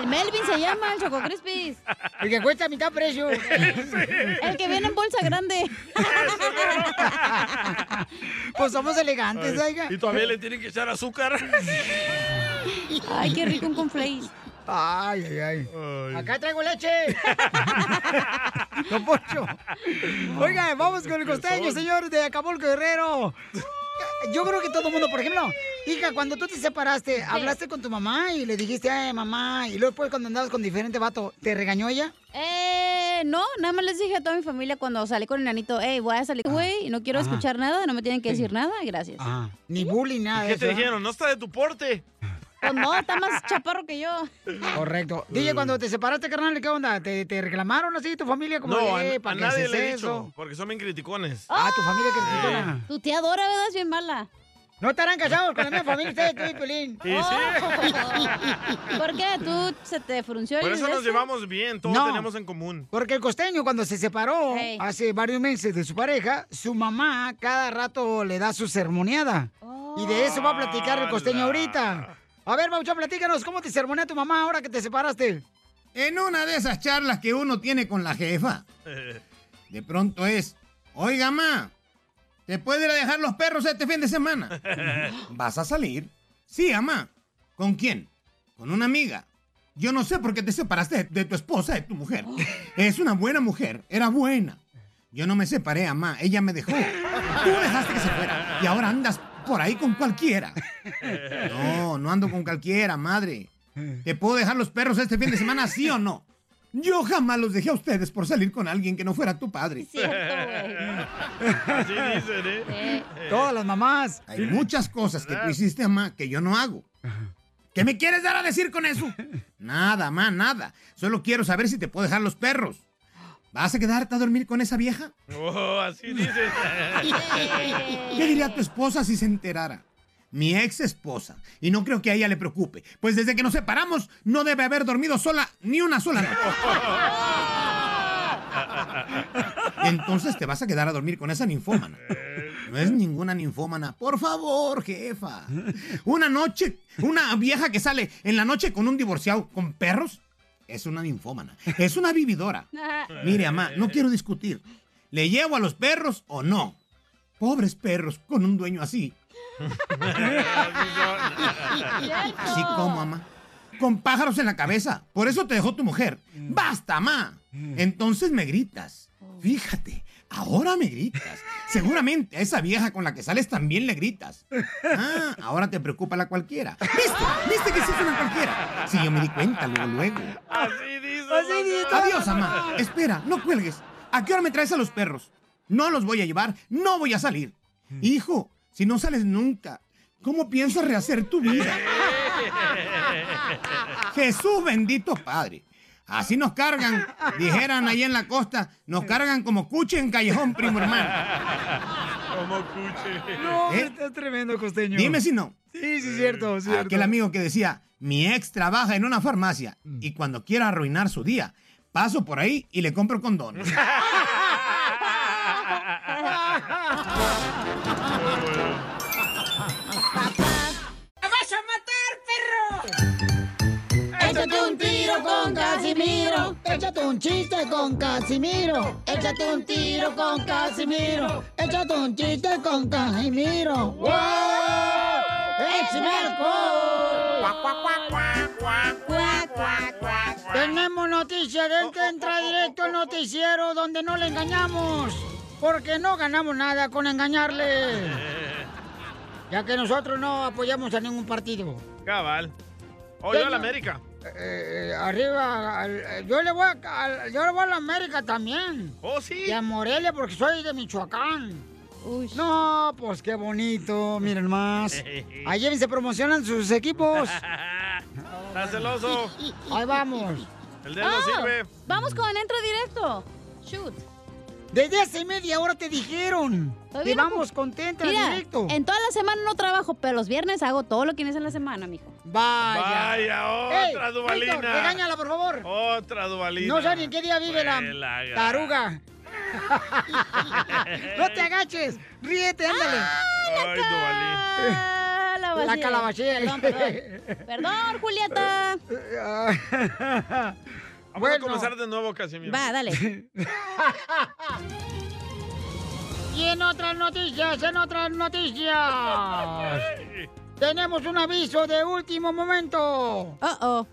S5: Melvin se llama, el Choco Crispis.
S4: El que cuesta mitad precio.
S5: El que viene en bolsa grande.
S4: Pues somos elegantes,
S2: Ay,
S4: oiga.
S2: Y todavía le tienen que echar azúcar.
S5: Ay, qué rico un conflace.
S4: Ay, ay, ay. Acá traigo leche. Don Poncho. Oiga, vamos con el costeño, señor, de Acapulco Guerrero. Yo creo que todo el mundo, por ejemplo, hija, cuando tú te separaste, hablaste con tu mamá y le dijiste, ay, mamá, y luego después cuando andabas con diferente vato, ¿te regañó ella?
S5: Eh, dije, no, nada más les dije a toda mi familia cuando salí con el nanito, hey, voy a salir, güey, y no quiero
S17: Ajá.
S5: escuchar nada, no me tienen que decir nada, gracias.
S17: Ah, ni bullying, nada. de
S2: ¿Qué te
S17: eso, ¿eh?
S2: dijeron? No está de tu porte.
S5: Pues no, está más chaparro que yo.
S17: Correcto.
S2: Mm.
S17: DJ, cuando te separaste, carnal, ¿qué onda? ¿Te, te reclamaron así tu familia? Como,
S2: No, a,
S17: eh,
S2: a
S17: ¿para qué
S2: nadie
S17: haces
S2: le he
S17: eso?
S2: dicho, porque son bien criticones.
S17: Ah, tu familia que
S2: Sí.
S17: criticona.
S5: Tu tía Dora, ¿verdad? Es bien mala.
S17: No estarán casados con la misma familia ustedes, tú y Pelín.
S2: Sí, sí.
S5: Oh. ¿Por qué? ¿Tú se te frunció el
S2: Por eso nos
S5: este?
S2: llevamos bien, todos
S17: No.
S2: tenemos en común.
S17: Porque el costeño, cuando se separó hace varios meses de su pareja, su mamá cada rato le da su sermoneada. Y de eso va a platicar el costeño ahorita. A ver, Maucho, platícanos, ¿cómo te sermonea tu mamá ahora que te separaste?
S9: En una de esas charlas que uno tiene con la jefa. De pronto es, oiga, ma, ¿te puede ir a dejar los perros este fin de semana? ¿Vas a salir? Sí, mamá. ¿Con quién? Con una amiga. Yo no sé por qué te separaste de tu esposa, de tu mujer. Es una buena mujer, era buena. Yo no me separé, mamá, ella me dejó. Tú dejaste que se fuera y ahora andas por ahí con cualquiera. No, no ando con cualquiera, madre. ¿Te puedo dejar los perros este fin de semana, sí o no? Yo jamás los dejé a ustedes por salir con alguien que no fuera tu padre.
S2: Así dicen, ¿eh?
S9: Todas las mamás. Hay muchas cosas que tú hiciste, mamá, que yo no hago. ¿Qué me quieres dar a decir con eso? Nada, mamá, nada. Solo quiero saber si te puedo dejar los perros. ¿Vas a quedarte a dormir con esa vieja?
S2: Oh, así dicen.
S9: ¿Qué diría tu esposa si se enterara? Mi ex esposa. Y no creo que a ella le preocupe. Pues desde que nos separamos, no debe haber dormido sola ni una sola noche. Entonces te vas a quedar a dormir con esa ninfómana. No es ninguna ninfómana. Por favor, jefa. Una noche, una vieja que sale en la noche con un divorciado con perros, es una ninfómana. Es una vividora. Mire, mamá, no quiero discutir. ¿Le llevo a los perros o no? Pobres perros con un dueño así. Así como, mamá. Con pájaros en la cabeza. Por eso te dejó tu mujer. ¡Basta, mamá! Entonces me gritas. Fíjate, ahora me gritas. Seguramente a esa vieja con la que sales también le gritas. Ah, ahora te preocupa la cualquiera. ¿Viste? ¿Viste que sí es una cualquiera? Sí, yo me di cuenta luego, luego. Adiós, mamá. Espera, no cuelgues. ¿A qué hora me traes a los perros? No los voy a llevar, no voy a salir. Hijo, si no sales nunca, ¿cómo piensas rehacer tu vida? Jesús bendito Padre. Así nos cargan, dijeran ahí en la costa, nos cargan como cuche en callejón, primo hermano.
S2: Como cuche.
S17: No,
S9: ¿Eh?
S17: está tremendo, costeño.
S9: Dime si no.
S17: Sí, sí, cierto, cierto. Mm.
S9: Aquel amigo que decía, mi ex trabaja en una farmacia y cuando quiera arruinar su día, paso por ahí y le compro condones.
S3: ¡Me vas a matar, perro!
S4: Échate un tiro con Casimiro. Échate un chiste con Casimiro. Échate un tiro con Casimiro. Échate un chiste con Casimiro. ¡Wow! ¡Échame alcohol! Tenemos noticia del que entra directo al noticiero donde no le engañamos. Porque no ganamos nada con engañarle. Ya que nosotros no apoyamos a ningún partido.
S2: Cabal. Oh, yo a la
S4: Señor.
S2: América.
S4: Eh, arriba, al- eh, yo le voy a, al- yo le voy a la América también.
S2: Oh, sí.
S4: Y a Morelia porque soy de Michoacán. No, pues qué bonito, miren más. Ayer se promocionan sus equipos.
S2: Está celoso.
S4: Ahí vamos. Ah,
S2: El dedo
S5: ¡Oh!
S2: sirve.
S4: Vamos con entro directo. Shoot. Desde hace media hora te dijeron.
S5: Todavía
S4: Te
S5: no
S4: vamos
S5: cum-
S4: contenta
S5: Mira,
S4: directo.
S5: en toda la semana no trabajo, pero los viernes hago todo lo que tienes en la semana, mijo.
S2: Vaya, otra
S4: Ey,
S2: Duvalina.
S4: Víctor, regáñala, por favor.
S2: Oh, Otra Duvalina.
S4: No sé ni en qué día vive la
S2: Fue la gana.
S4: taruga. no te agaches. Ríete, ándale.
S2: Ay, Duvalín.
S5: Calabacía.
S4: La calabacía.
S5: Perdón, perdón. Perdón, Julieta.
S2: Vamos a comenzar de nuevo, Casimiro.
S5: Va, dale.
S4: Y en otras noticias, en otras noticias. Tenemos un aviso de último momento. Uh oh.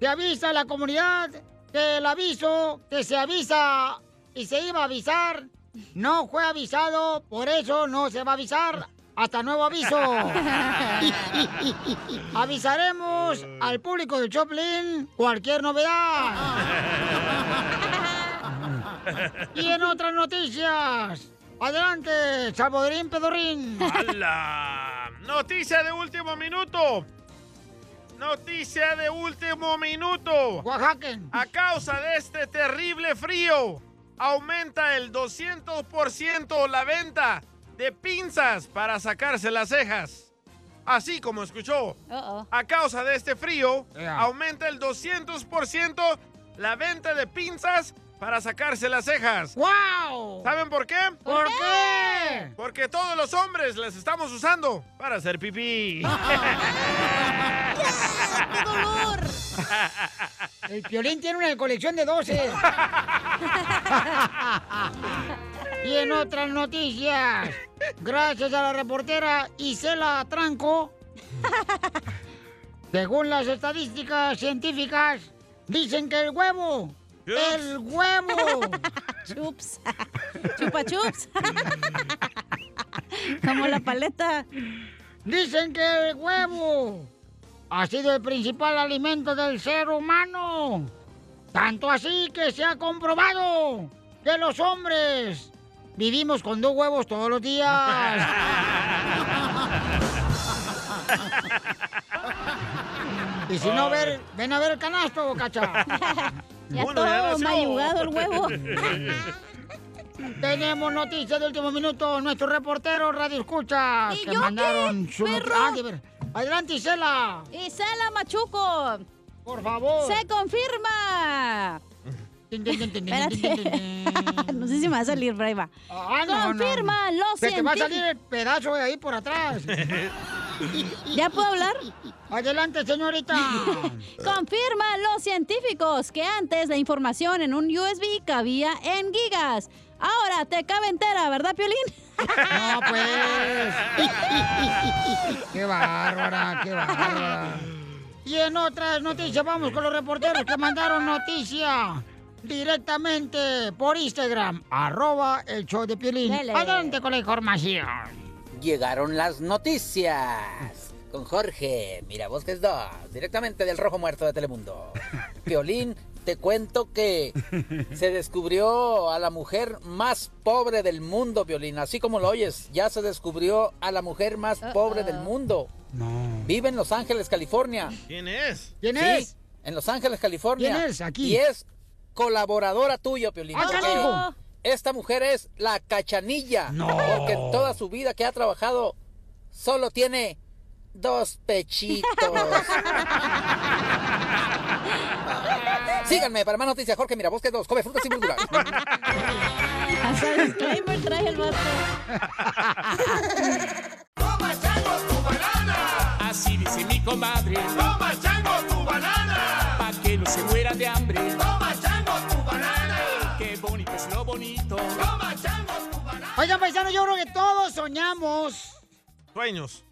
S4: Se avisa a la comunidad que el aviso que se avisa y se iba a avisar no fue avisado, por eso no se va a avisar. Hasta nuevo aviso. Avisaremos al público de Choplin cualquier novedad. Y en otras noticias, adelante, Salvadorín Pedorrín.
S2: ¡Hala! Noticia de último minuto. Noticia de último minuto.
S4: Oaxaca.
S2: A causa de este terrible frío, aumenta el 200% la venta de pinzas para sacarse las cejas. Así como escuchó. A causa de este frío,
S3: Ea.
S2: aumenta el 200% la venta de pinzas para sacarse las cejas.
S4: ¡Wow!
S2: ¿Saben por qué?
S4: ¿Por qué?
S2: Porque todos los hombres las estamos usando para hacer pipí.
S4: ¡Qué dolor! El Piolín tiene una colección de 12. y en otras noticias, gracias a la reportera Isela Tranco, según las estadísticas científicas, dicen que el huevo, el huevo,
S5: Chups. Chupa chups. Como la paleta.
S4: Dicen que el huevo ha sido el principal alimento del ser humano. Tanto así que se ha comprobado que los hombres vivimos con dos huevos todos los días. Y si no, ver, ven a ver el canasto, bocacha.
S3: Ya Bueno, ya todo nació. mayugado el huevo.
S4: Tenemos noticias de último minuto. Nuestro reportero Radio Escucha
S5: ¿Y
S4: que
S5: yo
S4: mandaron
S5: qué,
S4: su not-
S5: perro?
S4: Ah, de ver. Adelante, Isela.
S5: Isela Machuco.
S4: Por favor.
S5: Se confirma. Espérate. no sé si me va a salir, pero ahí va.
S4: Ah, no, no, no.
S5: confirma los
S4: Se te va a
S5: científicos.
S4: salir el pedazo de ahí por atrás.
S5: ¿Ya puedo hablar?
S4: Adelante, señorita.
S5: Confirman los científicos que antes la información en un USB cabía en gigas. Ahora te cabe entera, ¿verdad, Piolín?
S4: No, pues. qué bárbara, qué bárbara. Y en otras noticias, vamos con los reporteros que mandaron noticia directamente por Instagram, arroba el show de Piolín.
S23: Dele.
S4: Adelante con la información.
S23: Llegaron las noticias con Jorge Mirabosques 2, directamente del Rojo Muerto de Telemundo. Violín, te cuento que se descubrió a la mujer más pobre del mundo, Violín. Así como lo oyes, ya se descubrió a la mujer más pobre del mundo. Vive en Los Ángeles, California.
S2: ¿Quién es?
S4: ¿Quién
S23: Sí,
S4: es?
S23: En Los Ángeles, California.
S4: ¿Quién es? Aquí.
S23: Y es colaboradora tuya, Piolín.
S4: Ah,
S23: porque
S4: canijo.
S23: Esta mujer es la cachanilla.
S4: No.
S23: Porque toda su vida que ha trabajado solo tiene dos pechitos. Síganme para más noticias. Jorge Mirabosque 2. Come frutas y verduras.
S5: Hasta disclaimer trae el vato.
S3: Toma changos tu banana. Así dice mi comadre. Toma changos tu banana. Pa' que no se muera de hambre. Toma changos tu banana. Qué bonito es lo bonito. Toma changos tu banana.
S4: Oigan, paisano, yo creo que todos soñamos
S2: Sueños.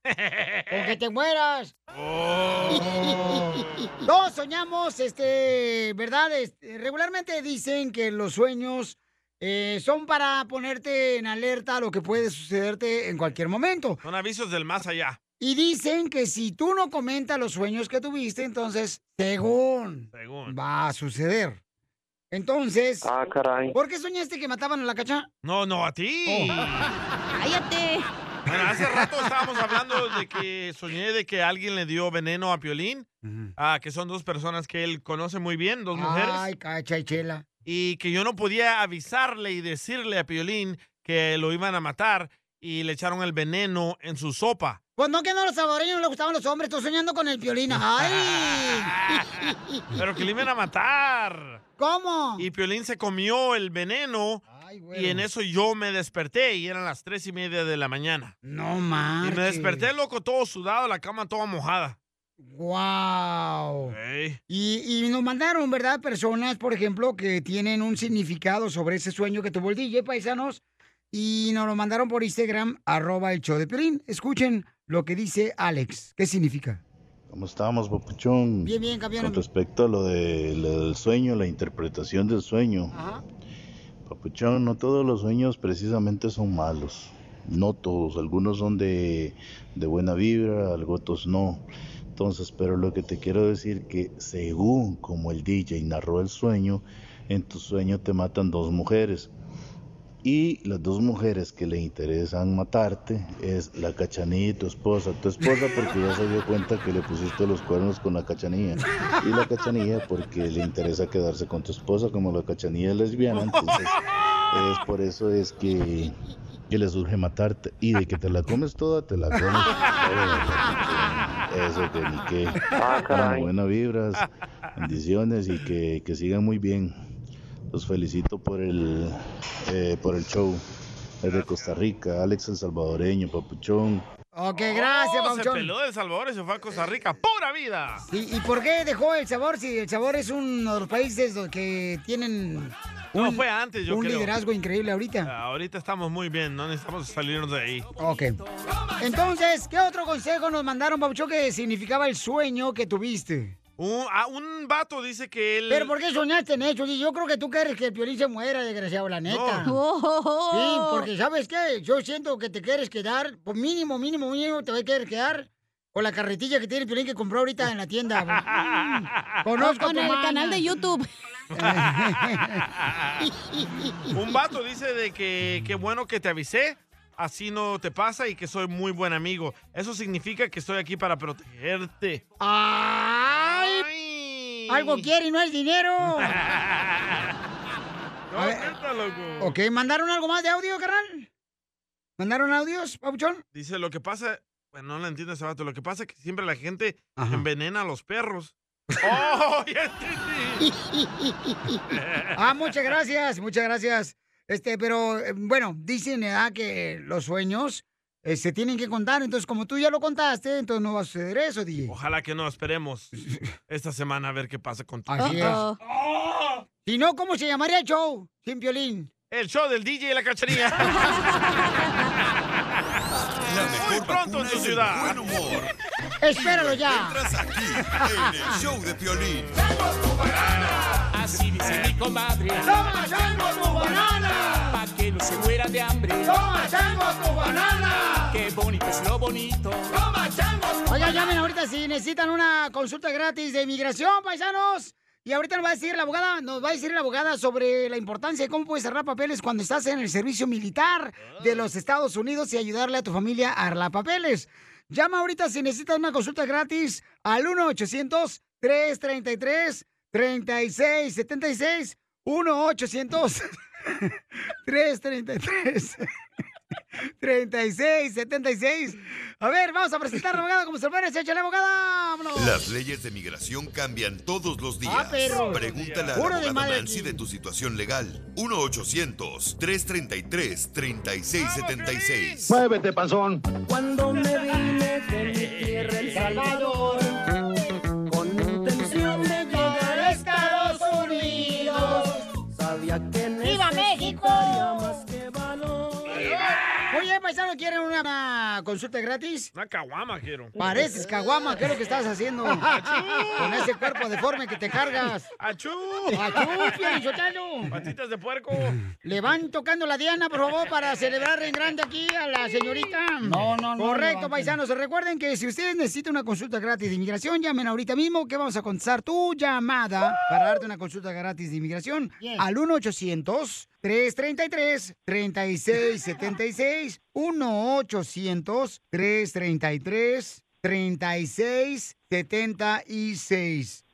S4: con que te mueras. Todos soñamos, este, ¿verdad? Este, regularmente dicen que los sueños eh, son para ponerte en alerta a lo que puede sucederte en cualquier momento.
S2: Son avisos del más allá.
S4: Y dicen que si tú no comentas los sueños que tuviste, entonces, según, va a suceder. Entonces,
S26: Ah, caray.
S4: ¿por qué soñaste que mataban a la cacha?
S2: No, no, a ti.
S5: Cállate.
S2: Bueno, hace rato estábamos hablando de que soñé de que alguien le dio veneno a Piolín, ah, que son dos personas que él conoce muy bien, dos mujeres,
S4: Ay, cacha y chela.
S2: y que yo no podía avisarle y decirle a Piolín que lo iban a matar y le echaron el veneno en su sopa.
S4: Pues no que no a los salvadoreños no les gustaban los hombres, estoy soñando con el violín. ¡Ay!
S2: Pero que le iban a matar.
S4: ¿Cómo?
S2: Y Piolín se comió el veneno. Y en eso yo me desperté y eran las tres y media de la mañana.
S4: No
S2: Y
S4: marches.
S2: me desperté loco, todo sudado, la cama toda mojada.
S4: ¡Wow! Y, y nos mandaron, ¿verdad? Personas, por ejemplo, que tienen un significado sobre ese sueño que tuvo el DJ, paisanos. Y nos lo mandaron por Instagram, arroba el show de Piolín. Escuchen lo que dice Alex. ¿Qué significa?
S16: ¿Cómo estamos, Papuchón?
S4: Bien, bien, campeón.
S16: Con respecto a lo, de- lo del sueño, la interpretación del sueño. Papuchón, no todos los sueños precisamente son malos. No todos. Algunos son de, de buena vibra, algunos otros no. Entonces, pero lo que te quiero decir que según como el DJ narró el sueño,
S12: en tu sueño te matan dos mujeres. Y las dos mujeres que le interesan matarte es la cachanilla y tu esposa. Tu esposa porque ya se dio cuenta que le pusiste los cuernos con la cachanilla. Y la cachanilla porque le interesa quedarse con tu esposa como la cachanilla es lesbiana. Entonces es por eso es que, que le surge matarte. Y de que te la comes toda, te la comes toda. Eso que ni qué. Bueno, buenas vibras, bendiciones y que, que sigan muy bien. Los felicito por el, eh, por el show. Desde Costa Rica, Alex el Salvadoreño, Papuchón.
S4: Ok, gracias,
S2: Oh, Se
S4: Pauchón.
S2: peló de El Salvador y se fue a Costa Rica. ¡Pura vida!
S4: ¿Y, y por qué dejó El Sabor si El Sabor es uno de los países do- que tienen
S2: No, fue antes, yo
S4: un
S2: creo.
S4: liderazgo increíble ahorita?
S2: Ahorita estamos muy bien, no necesitamos salirnos de ahí.
S4: Ok. Entonces, ¿qué otro consejo nos mandaron, Pauchón, que significaba el sueño que tuviste?
S2: Un, ah, un vato dice que él...
S4: ¿Pero por qué soñaste en eso? Yo creo que tú quieres que el Piolín se muera, desgraciado, la neta.
S5: Oh.
S4: Sí, porque ¿sabes qué? Yo siento que te quieres quedar, por mínimo, mínimo, mínimo, te voy a querer quedar con la carretilla que tiene el Piolín que compró ahorita en la tienda. Mm, Conozco a
S5: Con
S4: tu
S5: el
S4: mana.
S5: canal de YouTube.
S2: un vato dice de que qué bueno que te avisé, así no te pasa y que soy muy buen amigo. Eso significa que estoy aquí para protegerte.
S4: ¡Ay! Algo quiere y no es dinero.
S2: No, neta, loco.
S4: ok, ¿mandaron algo más de audio, carnal? ¿Mandaron audios, Papuchón?
S2: Dice, lo que pasa... Bueno, no lo entiendo ese vato. Lo que pasa es que siempre la gente envenena a los perros. ¡Oh, ya entendí!
S4: Ah, muchas gracias, muchas gracias. Este, pero eh, bueno, dicen ¿verdad? que los sueños eh, se tienen que contar. Entonces, como tú ya lo contaste, entonces no va a suceder eso, DJ.
S2: Ojalá que no esperemos esta semana a ver qué pasa con tu
S4: Así es. Si no, ¿cómo se llamaría el show? Sin violín.
S2: El show del DJ y la cachanilla. Muy pronto en tu ciudad.
S4: Espéralo ya.
S6: En el show de Piolín.
S3: Así dice mi comadre. Toma, chango,
S4: tu banana.
S3: Pa' que no se muera de hambre.
S4: Toma, chango, tu banana.
S3: Qué bonito es lo bonito. Toma, chango,
S4: Oiga, llamen ahorita si necesitan una consulta gratis de inmigración, paisanos. Y ahorita nos va a decir la abogada, nos va a decir la abogada sobre la importancia de cómo puedes cerrar papeles cuando estás en el servicio militar de los Estados Unidos y ayudarle a tu familia a arreglar papeles. Llama ahorita si necesitas una consulta gratis al 1-800 333 3676 1-800 333 36, 76. A ver, vamos a presentar a la abogada como se merece. ¡Échale, abogada! ¡Vámonos!
S6: Las leyes de migración cambian todos los días.
S4: Ah, perro.
S6: Pregúntale a
S4: Puro
S6: la
S4: de
S6: abogada
S4: madre
S6: Nancy de tu situación legal.
S4: Ah,
S6: 1-800-333-3676.
S7: Muévete, panzón. Cuando me vine de mi tierra El Salvador, con intención de llegar a Estados Unidos, sabía que
S3: este
S4: ¡Viva México!
S7: necesitaría más que valor.
S4: Oye, paisano, ¿quieren una consulta gratis?
S2: Una caguama quiero.
S4: Pareces caguama, ¿qué es lo que estás haciendo? Con ese cuerpo deforme que te cargas.
S2: ¡Achú!
S4: ¡Achú, Pielichotelo!
S2: Patitas de puerco.
S4: Le van tocando la diana, por favor, para celebrar en grande aquí a la señorita.
S16: No, no, no,
S4: Correcto,
S16: levanten.
S4: paisanos. Recuerden que si ustedes necesitan una consulta gratis de inmigración, llamen ahorita mismo que vamos a contestar tu llamada para darte una consulta gratis de inmigración
S16: Yes.
S4: al 1-800-333-3676. 1-800-333-3676. 3676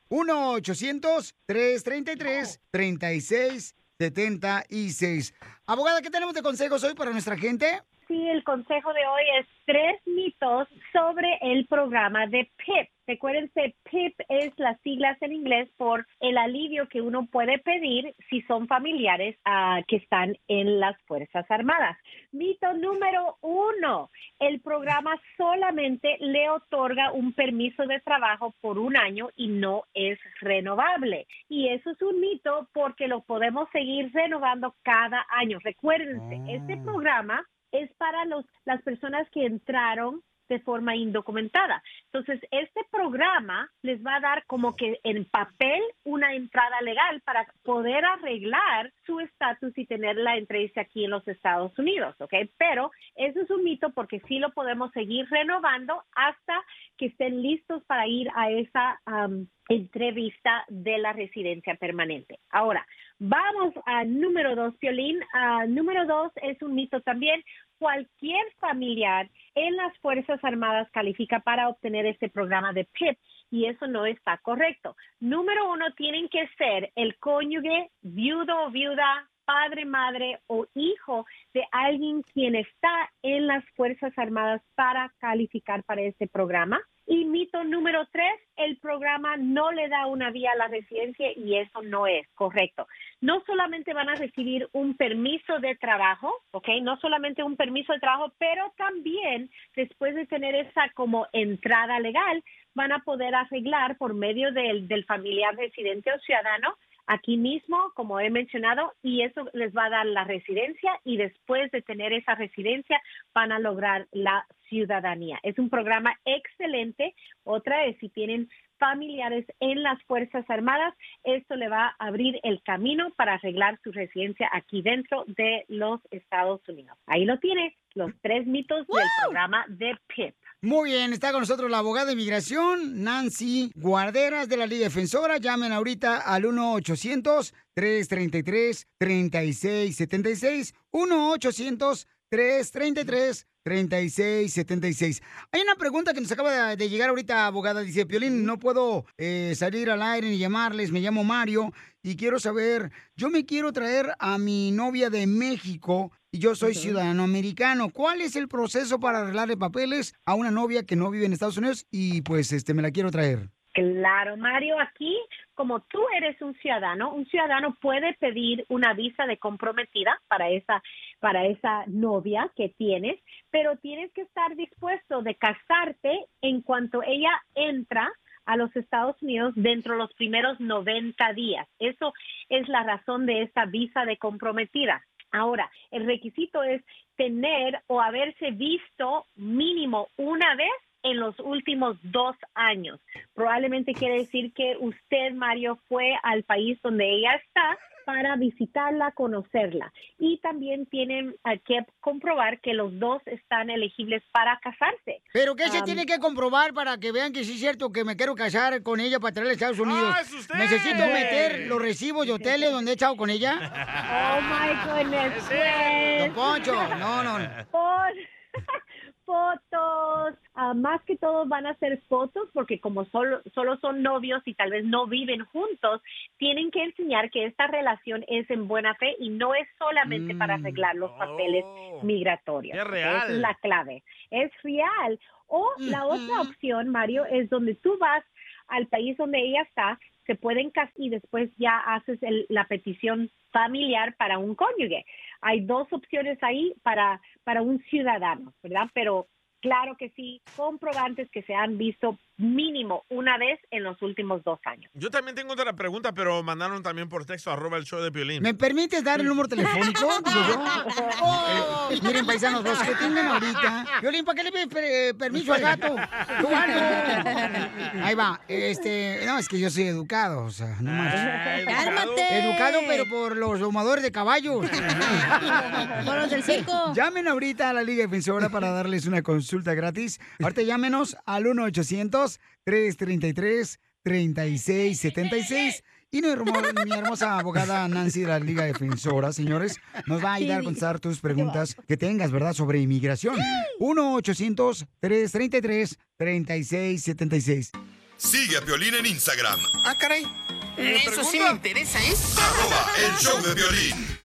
S4: 1-800-333-3676. Abogada, ¿qué tenemos de consejos hoy para nuestra gente?
S13: Sí, el consejo de hoy es tres mitos sobre el programa de PIP. Recuérdense, PIP es las siglas en inglés por el alivio que uno puede pedir si son familiares ah, que están en las Fuerzas Armadas. Mito número uno, el programa solamente le otorga un permiso de trabajo por un año y no es renovable. Y eso es un mito porque lo podemos seguir renovando cada año. Recuérdense, este programa es para los, las personas que entraron de forma indocumentada. Entonces, este programa les va a dar como que en papel una entrada legal para poder arreglar su estatus y tener la entrevista aquí en los Estados Unidos, ¿ok? Pero eso es un mito porque sí lo podemos seguir renovando hasta que estén listos para ir a esa am, entrevista de la residencia permanente. Ahora, Vamos a número dos, Piolín. Ah, número dos es un mito también. Cualquier familiar en las Fuerzas Armadas califica para obtener este programa de PIP y eso no está correcto. Número uno, tienen que ser el cónyuge, viudo o viuda, padre, madre o hijo de alguien quien está en las Fuerzas Armadas para calificar para este programa. Y mito número tres, el programa no le da una vía a la residencia y eso no es correcto. No solamente van a recibir un permiso de trabajo, ¿ok? No solamente un permiso de trabajo, pero también después de tener esa como entrada legal, van a poder arreglar por medio del, del familiar residente o ciudadano aquí mismo, como he mencionado, y eso les va a dar la residencia y después de tener esa residencia van a lograr la ciudadanía. Es un programa excelente. Otra es si tienen familiares en las Fuerzas Armadas, esto le va a abrir el camino para arreglar su residencia aquí dentro de los Estados Unidos. Ahí lo tiene, los tres mitos del programa de PIP.
S4: Muy bien, está con nosotros la abogada de inmigración, Nancy Guarderas de la Liga Defensora. Llamen ahorita al 1-800-333-3676. 1-800-333-3676. Hay una pregunta que nos acaba de- de llegar ahorita, abogada. Dice, Piolín, no puedo eh, salir al aire ni llamarles. Me llamo Mario y quiero saber, yo me quiero traer a mi novia de México y yo soy ciudadano americano. ¿Cuál es el proceso para arreglarle papeles a una novia que no vive en Estados Unidos y pues este me la quiero traer?
S13: Claro, Mario, aquí, como tú eres un ciudadano, un ciudadano puede pedir una visa de comprometida para esa, para esa novia que tienes, pero tienes que estar dispuesto de casarte en cuanto ella entra a los Estados Unidos dentro de los primeros 90 días. Eso es la razón de esta visa de comprometida. Ahora, el requisito es tener o haberse visto mínimo una vez en los últimos dos años. Probablemente quiere decir que usted, Mario, fue al país donde ella está para visitarla, conocerla. Y también tienen eh, que comprobar que los dos están elegibles para casarse.
S4: ¿Pero qué se
S13: Am,
S4: tiene que comprobar para que vean que sí es cierto que me quiero casar con ella para traerla a Estados Unidos?
S7: ¡Ah, es usted!
S4: Necesito meter los recibos de hoteles donde he estado con ella.
S13: Oh my goodness.
S4: Don Poncho, no, no. no.
S13: Por- fotos. Ah, más que todo van a ser fotos porque como solo, solo son novios y tal vez no viven juntos, tienen que enseñar que esta relación es en buena fe y no es solamente para
S4: Mm.
S13: arreglar los papeles
S4: Oh.
S13: migratorios.
S7: Qué
S13: ¿ok?
S7: real.
S13: Esa Es la clave. Es real. O la otra opción, Mario, es donde tú vas al país donde ella está, se pueden casar y después ya haces el- la petición familiar para un cónyuge. Hay dos opciones ahí para, para un ciudadano, ¿verdad? Pero claro que sí, comprobantes que se han visto mínimo una vez en los últimos dos años.
S2: Yo también tengo otra pregunta, pero mandaron también por texto arroba el show de Piolín.
S4: ¿Me permites dar el número telefónico? Digo yo. Oh, miren, paisanos, los que tengan ahorita. Violín, ¿para qué le pides per- eh, permiso al gato? Tú algo. Ahí va. Este, no, es que yo soy educado, o sea, no más.
S7: Ah, educado. ¡Cálmate!
S4: Educado, pero por los domadores de caballos.
S7: Por los del circo.
S4: Llamen ahorita a la Liga Defensora para darles una consulta gratis. Ahorita llámenos al 1-800-333-3676. Y mi, hermo- mi hermosa abogada Nancy de la Liga Defensora, señores, nos va a ayudar a contestar tus preguntas que tengas, ¿verdad?, sobre inmigración. 1-800-333-3676.
S6: Sigue a Piolín en Instagram,
S4: Ah, caray.
S6: Eso sí me
S15: interesa, ¿eh?
S6: arroba el show de Piolín.